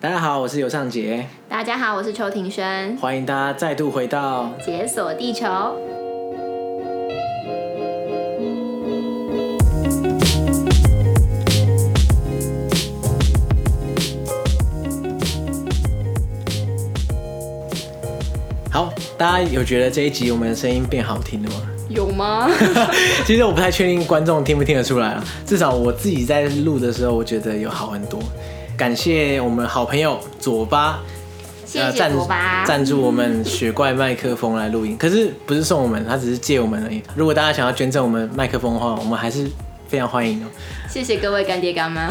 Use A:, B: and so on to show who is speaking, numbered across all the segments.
A: 大家好，我是尤尚杰，
B: 大家好，我是邱庭轩，
A: 欢迎大家再度回到
B: 解锁地球。
A: 好，大家有觉得这一集我们的声音变好听了吗？
B: 有吗？
A: 呃其实我不太确定观众听不听得出来啊，至少我自己在录的时候，我觉得有好很多。感谢我们好朋友左巴， 呃
B: 谢谢
A: 赞
B: 国吧。
A: 赞助我们雪怪麦克风来录音，可是不是送我们，他只是借我们而已。如果大家想要捐赠我们麦克风的话，我们还是非常欢迎哦。
B: 谢谢各位干爹干妈。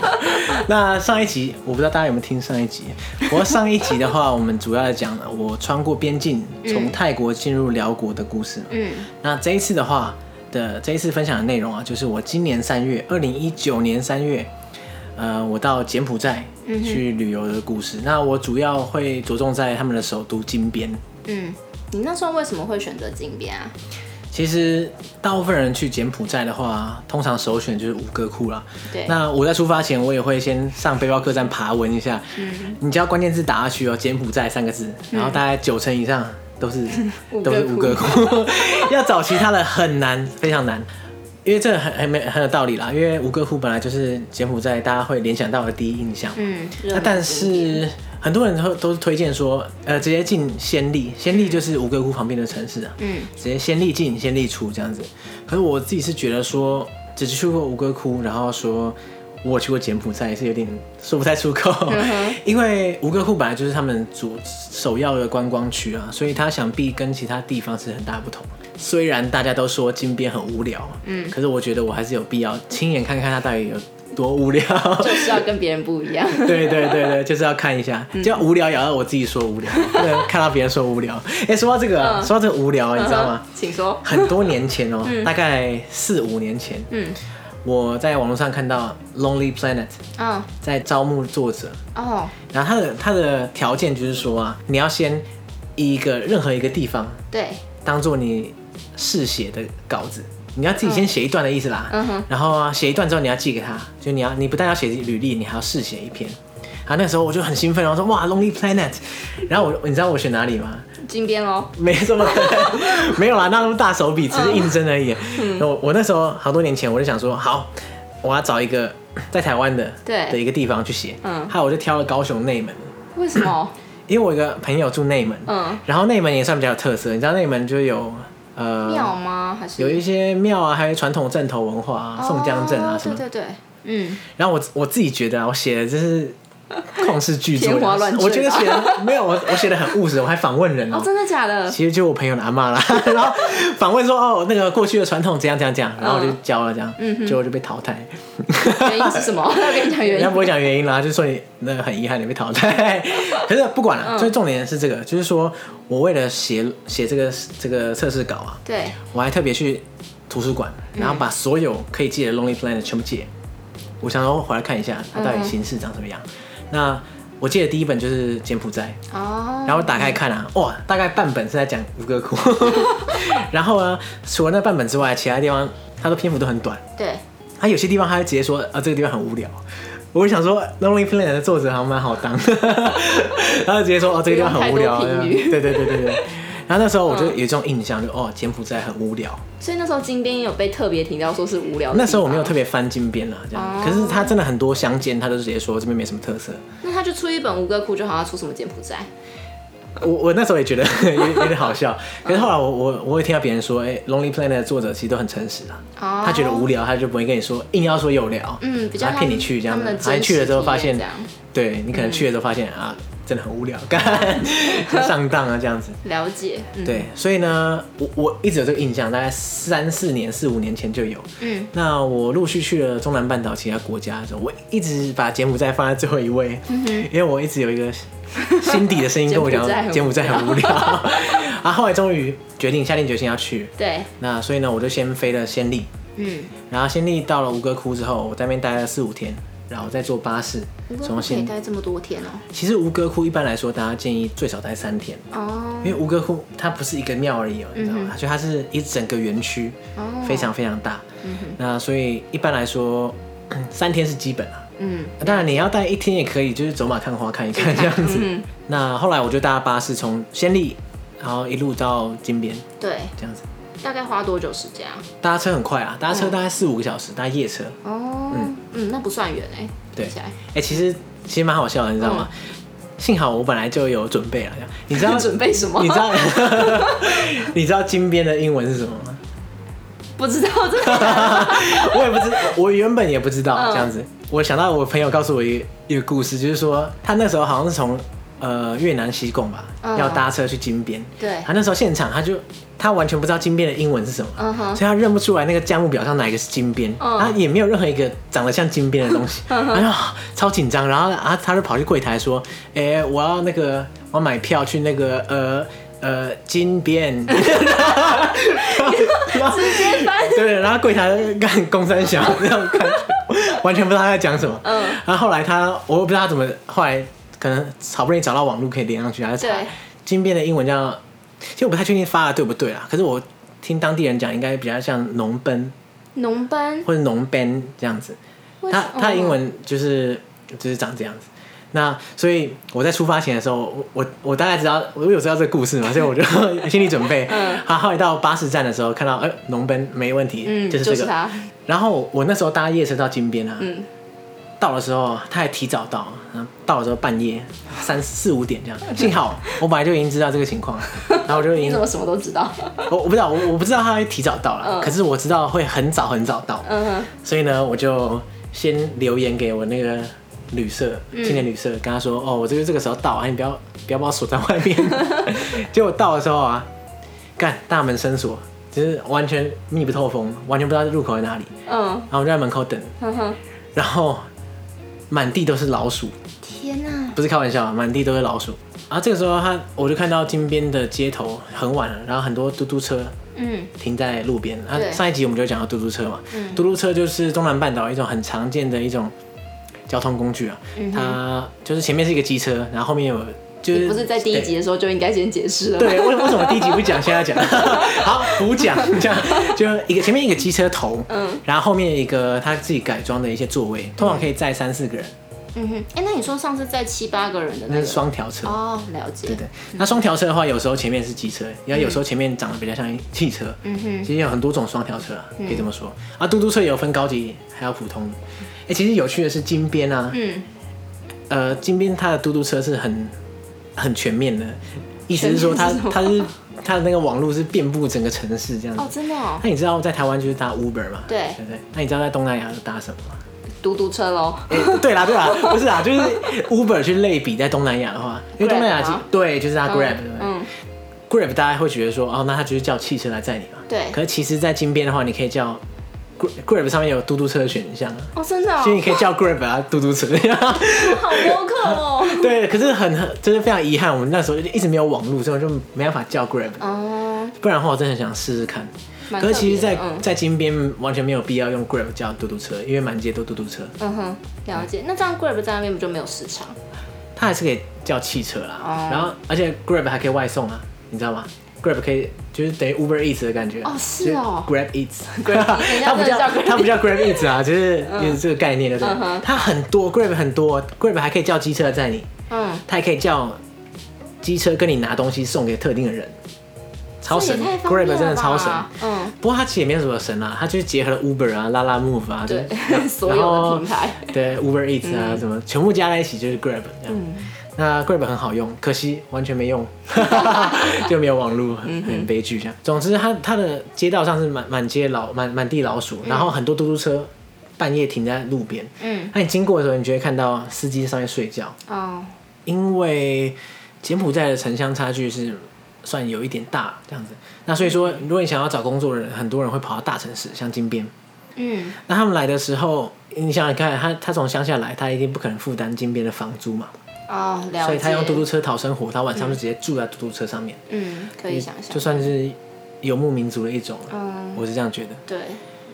A: 那上一集我不知道大家有没有听上一集，我上一集的话，我们主要讲了我穿过边境从泰国进入辽国的故事。
B: 嗯，
A: 那这一次的话的这一次分享的内容啊，就是我今年三月，二零一九年三月，呃，我到柬埔寨
B: 嗯哼
A: 去旅游的故事。那我主要会着重在他们的首都金边。
B: 嗯，你那时候为什么会选择金边啊？
A: 其实大部分人去柬埔寨的话，通常首选就是五哥窟啦。
B: 对，
A: 那我在出发前，我也会先上背包客栈爬文一下。
B: 嗯
A: 你只要关键字打下去哦，柬埔寨三个字，然后大概九成以上都是
B: 五
A: 都
B: 个
A: 是
B: 窟
A: 五个窟， 要找其他的很难，非常难。因为这个很很没很有道理啦，因为吴哥窟本来就是柬埔寨大家会联想到的第一印象。
B: 嗯，热
A: 那
B: 门
A: 啊但
B: 景点
A: 是很多人都都是推荐说，呃，直接进暹粒，暹粒就是吴哥窟旁边的城市啊。
B: 嗯
A: 直接先立进，先立出这样子。可是我自己是觉得说，只是去过吴哥窟，然后说我有去过柬埔寨，也是有点说不太出口，
B: 哼
A: 因为吴哥窟本来就是他们主首要的观光区啊，所以它想必跟其他地方是很大不同。虽然大家都说金边很无聊，嗯，可是我觉得我还是有必要亲眼看看它到底有多无聊。
B: 就是要跟别人不一样。
A: 对对对对，就是要看一下，
B: 嗯
A: 就要无聊也要我自己说无聊，不能看到别人说无聊。 哎、说到这个啊、
B: 嗯
A: 说到这个无聊 啊，你知道吗？
B: 嗯哼请说。
A: 很多年前 哦，大概四五年前，
B: 嗯
A: 我在网络上看到 Lonely Planet
B: 嗯
A: 在招募作者，
B: 哦，
A: 然后他的他的条件就是说啊，你要先以一个任何一个地方
B: 对，
A: 当做你试写的稿子，你要自己先写一段的意思啦，
B: 嗯哼
A: 然后啊写一段之后你要寄给他，就你要你不但要写履历，你还要试写一篇。然后那时候我就很兴奋，然后说哇 Lonely Planet，然后我你知道我选哪里吗？
B: 金边哦，
A: 没什么， 没有啦，那么大手笔，只是应征而已。
B: 嗯
A: 我我那时候好多年前，我就想说，好，我要找一个 在台湾的
B: 对
A: 的一个地方去写。
B: 嗯
A: 还有我就挑了高雄内门，
B: 为什 么？
A: 因为我有一个朋友住内门，
B: 嗯，
A: 然后内门也算比较有特色，你知道内门就有呃
B: 庙吗？还是
A: 有一些庙啊，还有传统镇头文化啊，宋江镇啊
B: 哦
A: 什么的。
B: 对对对，嗯，
A: 然后我我自己觉得啊，我写的真是旷世巨作啊
B: 天花乱，坠啊
A: 我觉得写的没有我我写的很务实，我还访问人哦
B: 哦，真的 假的？
A: 其实就我朋友的阿妈啦， 然后访问说哦，那个过去的传统怎样怎样怎样，
B: 嗯
A: 然后我就教了这样，结果就被淘汰。
B: 原因是 什么？我跟你讲
A: 人
B: 原
A: 家不
B: 因。
A: 会讲原因啦，就说你那个很遗憾你被淘 汰。可是不管了，
B: 嗯
A: 最重点是这个，就是说我为了写写这个这个测试稿啊，
B: 对，
A: 我还特别去图书馆，
B: 嗯
A: 然后把所有可以借的 Lonely Planet 全部借。我想说回来看一下它到底形式长什么样。那我借的第一本就是柬埔寨，
B: 哦，
A: 然后打开看啊，哇，大概半本是在讲吴哥 窟，然后呢，除了那半本之外，其他地方它的篇幅都很短，
B: 对，
A: 它有些地方它会直接说啊这个地方很无聊，我就想说《Lonely Planet》的作者好像蛮好当， 然后直接说哦这个地方很无聊，
B: 不用太多评语嗯
A: 对对对对对。然后那时候我就有这种印象，就哦柬埔寨很无聊，
B: 所以那时候金边有被特别提到说是无聊的地方。
A: 那时候我没有特别翻金边啦，这样，
B: 哦
A: 可是它真的很多乡间，它都直接说这边没什么特色。
B: 那他就出一本吴哥窟，就好像出什么柬埔寨。
A: 我我那时候也觉得 有有点好笑，
B: 嗯
A: 可是后来我我我也听到别人说，哎、l o n e l y Planet》的作者其实都很诚实啊，
B: 哦
A: 他觉得无聊，他就不会跟你说，硬要说有聊，
B: 嗯，比较
A: 他骗你去这样
B: 他
A: 子
B: 们，的
A: 他
B: 真
A: 去了之后
B: 实体
A: 发
B: 验
A: 现
B: 这，样嗯
A: 对你可能去了之后发现、啊，真的很无聊，干 上当啊这样子。
B: 了解，嗯
A: 对，所以呢，我我一直有这个印象，大概三四年、四五年前就有。
B: 嗯，
A: 那我陆续去了中南半岛其他国家的时候，我一直把柬埔寨放在最后一位，
B: 嗯
A: 因为我一直有一个心底的声音跟我讲
B: 柬埔寨很无
A: 柬埔
B: 聊
A: 寨很无 聊。啊，后来终于决定下定决心要去，
B: 对，
A: 那所以呢，我就先飞了暹粒，
B: 嗯，
A: 然后暹粒到了吴哥窟之后，我在那边待了四五天，然后再坐巴士
B: 吴哥窟
A: 从
B: 可以
A: 暹。
B: 待这么多天哦。
A: 其实吴哥窟一般来说，大家建议最少待三天。
B: 哦
A: 因为吴哥窟它不是一个庙而已哦，你知道吗？就它是一整个园区，
B: 嗯哦，嗯
A: 嗯非常非常大。那所以一般来说，三天是基本啊。
B: 嗯，
A: 当然你要待一天也可以，就是走马看花看一看这样子。
B: 嗯，
A: 那后来我就搭巴士从暹粒，然后一路到金边
B: 对，
A: 这样子，
B: 大概花多久时间啊？
A: 搭车很快啊，搭
B: 嗯
A: 车大概四五个小时，搭夜车。
B: 哦，嗯，那不算远哎，
A: 对
B: 比起来，嗯
A: 哎、其实其实蛮好笑的，你知道吗？幸好我本来就有准备啊了，这样你知道
B: 准备什么？
A: 你知道 你知道金边的英文是什么吗？
B: 不知道这个
A: 我也不知，我原本也不知道
B: 嗯
A: 这样子。我想到我朋友告诉我一个一个故事，就是说他那时候好像是从呃越南西贡吧，
B: 嗯
A: 要搭车去金边。
B: 对
A: 他那时候现场他就他完全不知道金边的英文是什么，
B: 嗯哼
A: 所以他认不出来那个价目表上哪一个是金边，
B: 嗯
A: 他也没有任何一个长得像金边的 东西，然后啊超紧张，然后啊他就跑去柜台说：“哎、我要那个我要买票去那个呃呃金边。”然后
B: 直接翻，
A: 对，然后柜台干公三小那种感觉，完全不知道他在讲什么。
B: 嗯，
A: 然后后来他，我不知道他怎么，后来可能好不容易找到网络可以连上去，他就查
B: 对
A: 金边的英文叫，其实我不太确定发的对不对啦，可是我听当地人讲，应该比较像农奔
B: 农班，
A: 或者农奔这样子。
B: 为
A: 他
B: 什
A: 他的英。
B: 哦
A: 文就是就是长这样子。那所以我在出发前的时候，我我我大概知道，我有知道这个故事嘛，所以 我就有心理准备。
B: 嗯
A: 好，后来到巴士站的时候，看到哎，农奔没问题，
B: 嗯，
A: 就是
B: 就
A: 这
B: 是
A: 个。
B: 他，
A: 然后我那时候搭夜车到金边啊，
B: 嗯，
A: 到的时候他还提早到，然后到的时候半夜三四五点这 样。幸好我本来就已经知道这个情况了，然后我就已
B: 你
A: 经
B: 怎么什么都知道？
A: 我我不知道我我不知道他会提早到了，
B: 嗯
A: 可是我知道会很早很早到，
B: 嗯哼，
A: 所以呢，我就先留言给我那个旅社青年旅社，跟他说：“哦，我就是这个时候到啊，你不要不要把我锁在外面。”结果到的时候啊，干大门深锁，就是完全密不透风，完全不知道入口在哪里。
B: 嗯
A: 然后我就在门口等，
B: 哼哼，
A: 然后满地都是老鼠，
B: 天哪！
A: 不是开玩笑，满地都是老鼠。然后这个时候他，我就看到金边的街头很晚了，然后很多嘟嘟车
B: 嗯
A: 停在路边。啊，
B: 对
A: 上一集我们就讲到嘟嘟车嘛，
B: 嗯
A: 嘟嘟车就是东南半岛一种很常见的一种交通工具啊。
B: 嗯哼，
A: 它就是前面是一个机车，然后后面有就
B: 你
A: 是
B: 不是在第一集的时候就应该先解释了吗？
A: 对。对，为为什么第一集不讲，现在讲？ 好，补讲这样，就一个前面一个机车头，
B: 嗯
A: 然后后面一个他自己改装的一些座位，通常可以载三四个人，
B: 嗯哼，哎、那你说上次在七八个人的
A: 那是
B: 那个
A: 双条车。
B: 哦，了解，
A: 对对，那双条车的话，有时候前面是机车，然后有时候前面长得比较像汽车。
B: 嗯哼，嗯
A: 其实有很多种双条车啊，可以这么说。啊，嘟嘟车也有分高级，还有普通的。哎、其实有趣的是金边啊，
B: 嗯，
A: 呃，金边它的嘟嘟车是很很全面的，意思是说它
B: 全面是
A: 它是它的那个网络是遍布整个城市这样子。
B: 哦，真的哦，
A: 那你知道在台湾就是搭 Uber 嘛？
B: 对
A: 对不对。那你知道在东南亚是搭什么吗？
B: 嘟嘟车喽，
A: 诶 对啦对啦，不是啊，就是 Uber 去类比在东南亚的话，因为东南亚
B: Grab
A: 其
B: 吗
A: 对就是搭 Grab，、对不对？
B: 嗯，
A: Grab 大家会觉得说，哦，那他就是叫汽车来载你嘛。
B: 对
A: 可是其实，在金边的话，你可以叫 Gra- Grab 上面有嘟嘟车的选项啊，
B: 哦，真的哦
A: 所以，你可以叫 Grab 啊，嘟嘟车。
B: 好 local 哦，
A: 对，可是很很就是非常遗憾，我们那时候就一直没有网络，所以我就没办法叫 Grab。
B: 哦，
A: 不然的话，我真的很想试试看。
B: 蛮
A: 可是其实在，
B: 特别的嗯
A: 在金边完全没有必要用 Grab 叫嘟嘟车，因为满街都嘟嘟车，
B: 嗯哼，了解。那这样 Grab 在那边不就没有市场？
A: 它还是可以叫汽车啦。
B: 哦
A: 然后，而且 Grab 还可以外送啊，你知道吗？Grab 可以就是等于 Uber Eats 的感觉
B: 哦是哦
A: 就是，Grab Eats，
B: Grab Eats，人家
A: 它不
B: 真的
A: 叫
B: 叫 Grab
A: 它不叫 Grab Eats 啊，就是就是这个概念的，对
B: 嗯哼
A: 它很多 Grab 很多，Grab 还可以叫机车载你，
B: 嗯，
A: 它还可以叫机车跟你拿东西送给特定的人，超
B: 这也
A: 神
B: 太方
A: ！Grab
B: 便了
A: 真的超神。
B: 吧嗯，
A: 不过它其实也没有什么神啊，它就是结合了 Uber 啊、拉拉 Move 啊，就是
B: 对，所有的品嗯牌，
A: 对 Uber Eats 啊，什么全部加在一起就是 Grab 这样。
B: 嗯
A: 那 Grab 很好用，可惜完全没用， 就没有网络，
B: 嗯
A: 很很悲剧这样。总之它，它的街道上是满满街老满满地老鼠，然后很多嘟嘟车半夜停在路边。
B: 嗯，
A: 那你经过的时候，你就会看到司机在上面睡觉，
B: 哦，
A: 因为柬埔寨的城乡差距是算有一点大这样子。那所以说，如果你想要找工作的人，很多人会跑到大城市，像金边。
B: 嗯，
A: 那他们来的时候，你想想看，他他从乡下来，他一定不可能负担金边的房租嘛，
B: 哦，了解。
A: 所以他用嘟嘟车讨生活，他晚上就直接住在嘟嘟车上面，
B: 嗯，可以想象
A: 就，算是游牧民族的一种了。啊
B: 嗯，
A: 我是这样觉得。
B: 对，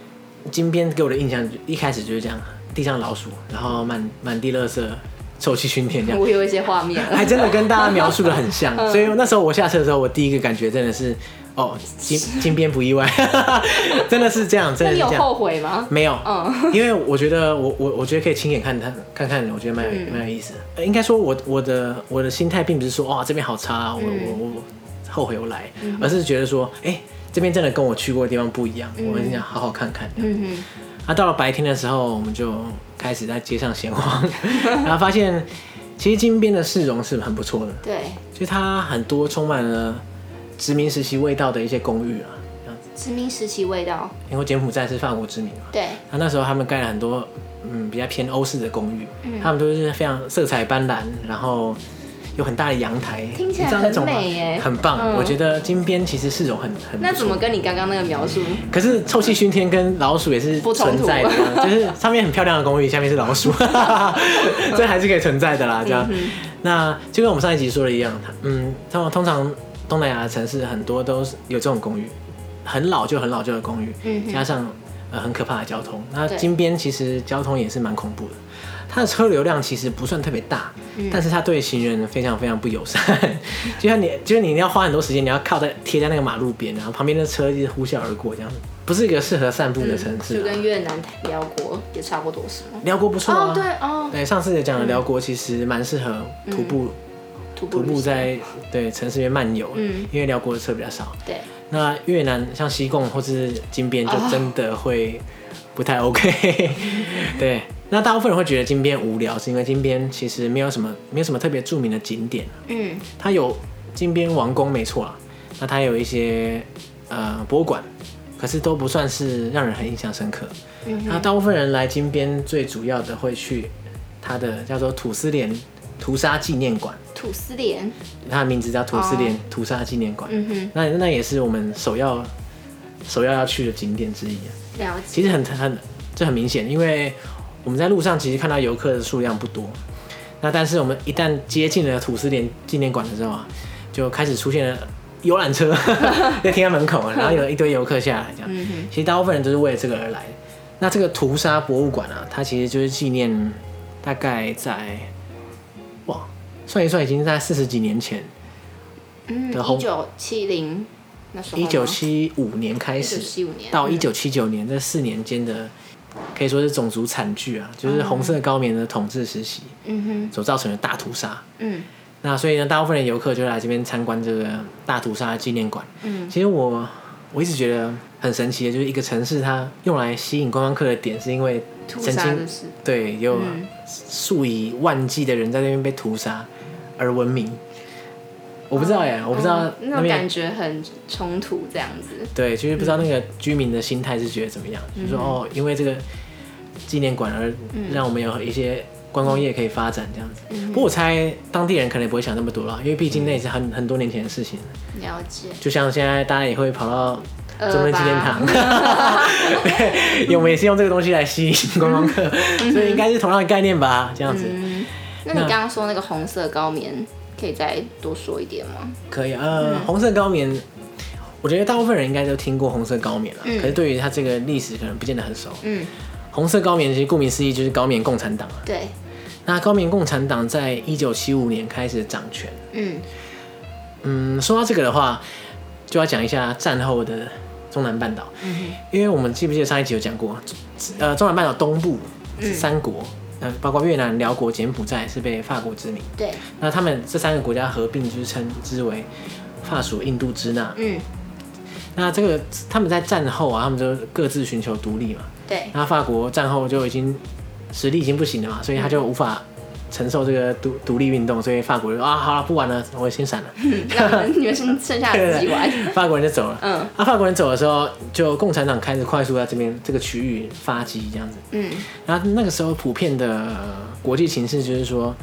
A: 金边给我的印象就一开始就是这样，地上老鼠，然后满满地垃圾，臭气熏天这样。
B: 我
A: 哎
B: 有一些画面了， 嗯
A: 还真的跟大家描述的很像，所以那时候我下车的时候，我第一个感觉真的是哦，金金边不意外， 真的是这样，真
B: 那
A: 的
B: 你
A: 是
B: 有
A: 这样。
B: 后悔吗？
A: 没有，
B: 嗯
A: 因为我觉得我我我觉得可以亲眼看他看看，我觉得蛮
B: 嗯
A: 有蛮、有意思的。呃应该说我我的我的心态并不是说哇这边好差啊，我、
B: 嗯
A: 我我后悔我来，而是觉得说哎、这边真的跟我去过的地方不一样，我很想好好看看。
B: 嗯哼，
A: 那、到了白天的时候，我们就开始在街上闲晃， 然后发现其实金边的市容是很不错的，
B: 对，
A: 就它很多充满了殖民时期味道的一些公寓啊，这样子
B: 殖民时期味道，
A: 因为柬埔寨是法国殖民嘛，
B: 对，
A: 那那时候他们盖了很多嗯比较偏欧式的公寓，
B: 嗯
A: 他们都是非常色彩斑斓，然后有很大的阳台，
B: 听起来
A: 你知道那种吗
B: 很美耶
A: 很棒。
B: 嗯
A: 我觉得金边其实市容很很不
B: 那怎么
A: 错
B: 跟你刚刚那个描述？
A: 可是臭气熏天跟老鼠也是
B: 不冲突
A: 存在的啊， 就是上面很漂亮的公寓，下面是老鼠，这还是可以存在的啦。这样，
B: 嗯
A: 那就跟我们上一集说的一样，它嗯，通通常东南亚的城市很多都是有这种公寓，很老旧、很老旧的公寓，
B: 嗯哼
A: 加上呃很可怕的交通。那
B: 对
A: 金边其实交通也是蛮恐怖的。它的车流量其实不算特别大，
B: 嗯
A: 但是它对行人非常非常不友善。 就像你，就是你要花很多时间，你要靠在贴在那个马路边，然后旁边的车一直呼啸而过，这样不是一个适合散步的城市、
B: 嗯就
A: 啊。
B: 跟越南、辽国也差不多是吗？
A: 辽国不错啊，
B: 哦，对哦，
A: 对上次也讲了，辽国其实蛮适合徒步、
B: 徒步
A: 徒
B: 旅行
A: 步在对城市里面漫游，
B: 嗯
A: 因为辽国的车比较少。
B: 对，
A: 那越南像西贡或是金边
B: 啊
A: 就真的会不太 OK，、对。 那大部分人会觉得金边无聊，是因为金边其实没有什么没有什么特别著名的景点，啊
B: 嗯
A: 它有金边王宫没错啦，啊那它有一些呃博物馆，可是都不算是让人很印象深刻。
B: 嗯
A: 那大部分人来金边最主要的会去它的叫做土司连屠杀纪念馆，
B: 土司莲，
A: 它的名字叫土司连
B: 哦
A: 屠杀纪念馆。
B: 嗯哼，
A: 那那也是我们首要首要要去的景点之一啊。
B: 了解，
A: 其实很很这很明显，因为我们在路上其实看到游客的数量不多。那但是我们一旦接近了土司连纪念馆的时候啊，就开始出现了游览车 在停在门口啊，然后有一堆游客下来这样。
B: 嗯哼，
A: 其实大部分人都是为了这个而来。那这个屠杀博物馆啊，它其实就是纪念大概在哇，算一算已经在四十几年前，
B: 嗯，
A: 的红
B: 一九七零那时候
A: 一
B: 吗，
A: 九七五年开
B: 一
A: 始
B: 九，七五年嗯
A: 到一九七九年这四年间的，可以说是种族惨剧啊，就是红色高棉的统治时期
B: 嗯哼，
A: 所造成的大屠杀。
B: 嗯
A: 那所以呢，大部分的游客就来这边参观这个大屠杀纪念馆。
B: 嗯，
A: 其实我我一直觉得很神奇的，就是一个城市它用来吸引观光客的点，是因为
B: 屠
A: 曾
B: 杀
A: 经
B: 的事，
A: 对有
B: 嗯
A: 数以万计的人在那边被屠杀而闻名。我不知道耶，我不知道
B: 嗯那
A: 那
B: 种
A: 边
B: 感觉很冲突，这样子，
A: 对，就是不知道那
B: 嗯
A: 个居民的心态是觉得怎么样，就是说哦，因为这个纪念馆而
B: 嗯
A: 让我们有一些观光业可以发展这样子。不过我猜当地人可能也不会想那么多啦，因为毕
B: 嗯
A: 竟那也是很很多年前的事情了，
B: 了解，
A: 就像现在大家也会跑到
B: 呃
A: 中正纪念
B: 吧
A: 堂， 对，我们也是用这个东西来吸引观光客，所以应该是同样的概念吧，这样子
B: 嗯，那你
A: 那
B: 刚刚说那个红色高棉，可以再多说一点吗？
A: 可以啊。
B: 嗯
A: 呃，红色高棉。我觉得大部分人应该都听过红色高棉了，可是对于它这个历史可能不见得很熟。
B: 嗯，
A: 红色高棉其实顾名思义就是高棉共产党啊。
B: 对，
A: 那高棉共产党在一九七五年开始掌权。
B: 嗯
A: 嗯，说到这个的话，就要讲一下战后的中南半岛，因为我们记不记得上一集有讲过，呃，中南半岛东部是三国，嗯、包括越南、辽国、柬埔寨是被法国殖民，
B: 对，
A: 那他们这三个国家合并之称之为法属印度支那。
B: 嗯
A: 那这个他们在战后啊，他们就各自寻求独立嘛。
B: 对，
A: 那法国战后就已经实力已经不行了嘛，所以他就无法承受这个独独立运动，所以法国人啊，好了，不玩了，我先闪了。
B: 那你们你们剩剩下 的自己 玩，
A: 法国人就走了。
B: 嗯
A: 那、法国人走的时候，就共产党开始快速在这边这个区域发迹这样子。
B: 嗯
A: 然后那个时候普遍的呃国际形势就是说，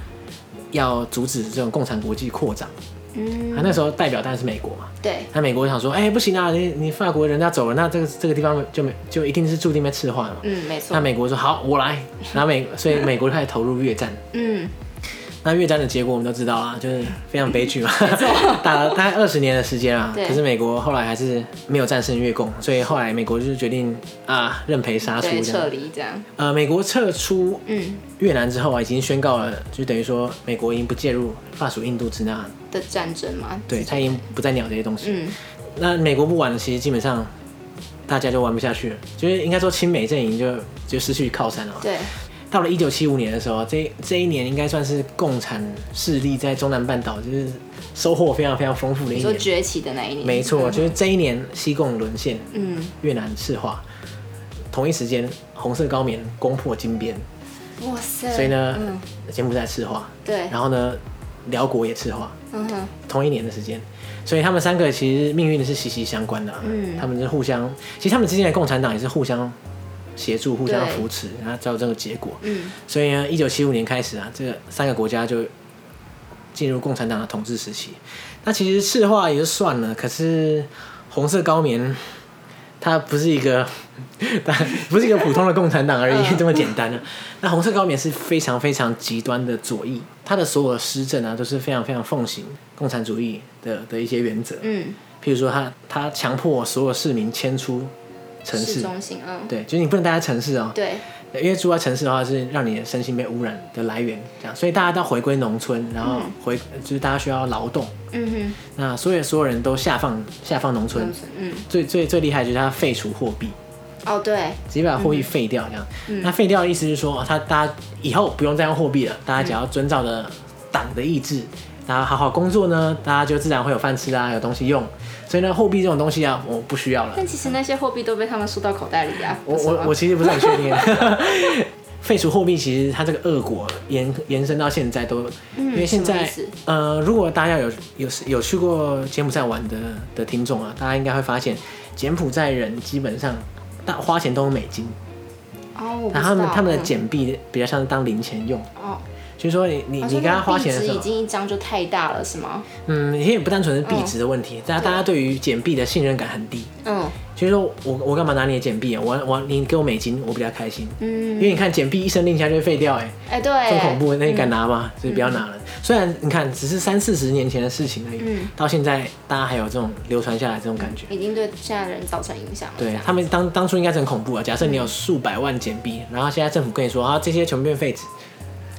A: 要阻止这种共产国际扩张。啊
B: 嗯，
A: 那那时候代表当然是美国嘛。
B: 对，
A: 那美国想说，哎、不行啊，你你法国人家走了，那这个这个地方就没就一定是注定被赤化了嘛。
B: 嗯没
A: 那
B: 错，
A: 美国说好，我 来。然后美，所以美国就开始投入越战。
B: 嗯
A: 那越战的结果我们都知道啦，就是非常悲剧 嘛， 打了大概二十年的时间啊。
B: 对
A: 可是美国后来还是没有战胜越共，所以后来美国就是决定啊认赔杀出
B: 对，
A: 这
B: 撤
A: 样。
B: 离这样，
A: 呃，美国撤出
B: 嗯
A: 越南之后啊，已经宣告了，就等于说美国已经不介入法属印度支那，
B: 的战争嘛，
A: 对，他已经不再鸟这些东西。
B: 嗯
A: 那美国不玩了，其实基本上大家就玩不下去了，就是应该说亲美阵营就就失去靠山了嘛。
B: 对，
A: 到了一九七五年的时候，这这一年应该算是共产势力在中南半岛就是收获非常非常丰富的
B: 你
A: 一
B: 说
A: 年。
B: 崛起的那一年，
A: 没错，就是这一年西贡沦陷，
B: 嗯，
A: 越南赤化，同一时间红色高棉攻破金边，
B: 哇塞，
A: 所以呢，
B: 嗯，
A: 柬埔寨赤化，
B: 对，
A: 然后呢，辽国也赤化，
B: 嗯哼，
A: 同一年的时间，所以他们三个其实命运是息息相关的、嗯
B: 嗯，
A: 他们是互相，其实他们之间的共产党也是互相协助、互相
B: 对
A: 扶持，然后造这个结果。
B: 嗯，
A: 所以呢，一九七五年开始啊，这个三个国家就进入共产党的统治时期。那其实赤化也就算了，可是红色高棉它不是一个， 它不是一个普通的共产党而已，
B: 嗯
A: 这么简单啊。那红色高棉是非常非常极端的左翼，它的所有的施政啊都是非常非常奉行共产主义的的一些原则，
B: 嗯，
A: 譬如说它它强迫所有市民迁出城
B: 市
A: 市。
B: 中心，嗯，
A: 对，就是你不能待在城市哦，
B: 对，
A: 因为住在城市的话，是让你的身心被污染的来源，这样，所以大家都回归农村，然后回、就是大家需要劳动，
B: 嗯
A: 那所以所有人都下放下放农
B: 哼，
A: 村
B: 农，村，嗯，
A: 最最最厉害就是他废除货币，
B: 哦，对，
A: 直接把货币废掉，这样。那废掉的意思是说，哦他大家以后不用再用货币了，大家只要遵照的党的意志，大家好好工作呢，大家就自然会有饭吃啊，有东西用。所以呢，货币这种东西啊，我不需要了。
B: 但其实那些货币都被他们收到口袋里啊，
A: 我
B: 不是吗
A: 我我其实不是很确 定。废除货币其实它这个恶果延延伸到现在都，因为现在
B: 嗯什么意思
A: 呃，如果大家有有有去过柬埔寨玩的的听众啊，大家应该会发现，柬埔寨人基本上大花钱都用美金，
B: 哦，我不知
A: 然后
B: 道
A: 他们他们的
B: 嗯
A: 柬币比较像是当零钱用，
B: 哦，
A: 就是说你你
B: 好像
A: 你跟他
B: 那个
A: 花
B: 币
A: 钱的
B: 值
A: 时
B: 已
A: 候，
B: 经一张就太大了，是吗？
A: 嗯，也不单纯是币值的问题，大家
B: 嗯对
A: 大家对于柬币的信任感很低，
B: 嗯
A: 就是说我我干嘛拿你的柬币啊？我我你给我美金，我比较开心。因
B: 嗯，
A: 为你看简币一声令下就会废掉、哎，
B: 哎，嗯对，
A: 这么恐怖，那你敢拿吗？所以不要拿了。虽然你看只是三四十年前的事情而已，
B: 嗯
A: 到现在大家还有这种流传下来这种感觉。
B: 已经对现在的人造成影响了。这
A: 对
B: 样
A: 他们当当初应该是很恐怖啊！假设你
B: 嗯
A: 有数百万简币，然后现在政府跟你说啊，这些全部变废纸，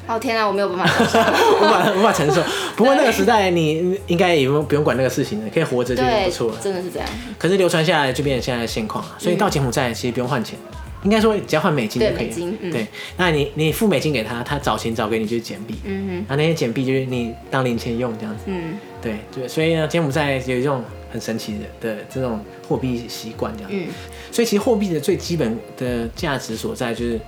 B: 哦天啊，我没有办法想象。
A: 无法无法承受。不过那个时代你应该也不用不用管那个事情了，可以活着就已经不
B: 对
A: 错了，。
B: 真的是这样。
A: 可是流传下来就变成现在的现况
B: 嗯
A: 了，所以到柬埔寨其实不用换钱，应该说只要换美金就
B: 对
A: 可以了。
B: 美金嗯
A: 对，那你你付美金给他，他找钱找给你就是柬币，
B: 嗯
A: 然后那些简币就是你当零钱用这样子。
B: 哼，嗯
A: 对对，所以呢，柬埔寨有一种很神奇的的这种货币习惯这样。
B: 嗯，
A: 所以其实货币的最基本的价值所在就是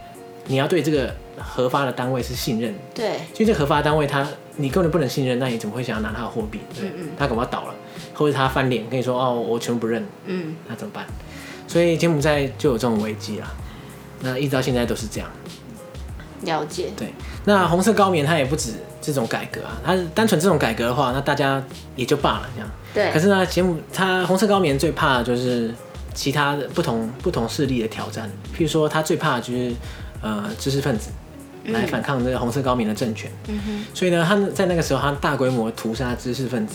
A: 你要对这个核发的单位是信任的，
B: 对，
A: 就这个核发单位它你根本不能信任，那你怎么会想要拿他的货币？对，
B: 嗯嗯
A: 他恐怕倒了，或者他翻脸跟你说哦，我全部不认，
B: 嗯，
A: 那怎么办？所以柬埔寨就有这种危机啦。那一直到现在都是这样。
B: 了解。
A: 对，那红色高棉它也不止这种改革啊，它单纯这种改革的话，那大家也就罢了这样。
B: 对
A: 可，是呢，柬埔它红色高棉最怕的就是其他的不同不同势力的挑战，譬如说它最怕的就是呃知识分子来反抗这个红色高棉的政权，
B: 嗯
A: 所以呢，他们在那个时候他大规模屠杀知识分子。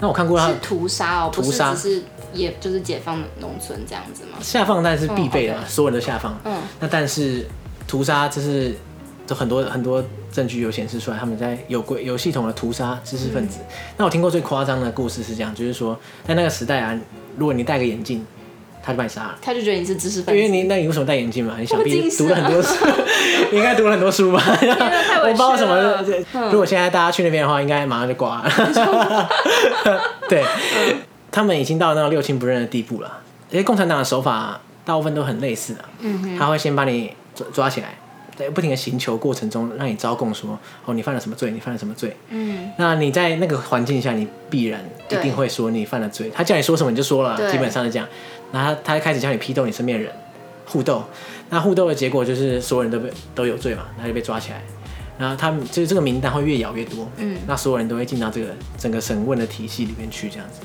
A: 那我看过
B: 哼，
A: 他
B: 是屠杀哦，不
A: 屠
B: 是
A: 杀
B: 只是也就是解放农村这样子吗？
A: 下放当然是必备的嘛
B: 嗯，，OK
A: 所有人都下放。
B: 嗯
A: 那但是屠杀这是就很多很多证据有显示出来，他们在有规有系统的屠杀知识分子。
B: 嗯
A: 那我听过最夸张的故事是这样，就是说在那个时代啊，如果你戴个眼镜，他就把你杀了。
B: 他就觉得你是知识分
A: 因
B: 子。
A: 为你，那你为什么戴眼镜嘛？你想
B: 我
A: 必
B: 近视
A: 读了很 多书，你应该读了很多书吧？
B: 太
A: 我不
B: 委
A: 知
B: 屈
A: 道什么
B: 了。嗯
A: 如果现在大家去那边的话，应该马上就挂 了。对，他们已经到那种六亲不认的地步了。因为共产党的手法大部分都很类似的，
B: 嗯
A: 他会先把你抓抓起来，在不停的刑求过程中，让你招供说：“哦，你犯了什么罪？你犯了什么罪？”
B: 嗯，
A: 那你在那个环境下，你必然一
B: 对
A: 定会说你犯了罪。他叫你说什么你就说了，
B: 对
A: 基本上是这样。然后他他开始叫你批斗你身边的人，互斗。那互斗的结果就是所有人都被都有罪嘛，然后就被抓起来。然后他们就是这个名单会越咬越多，嗯，那所有人都会进到这个整个审问的体系里面去，这样子。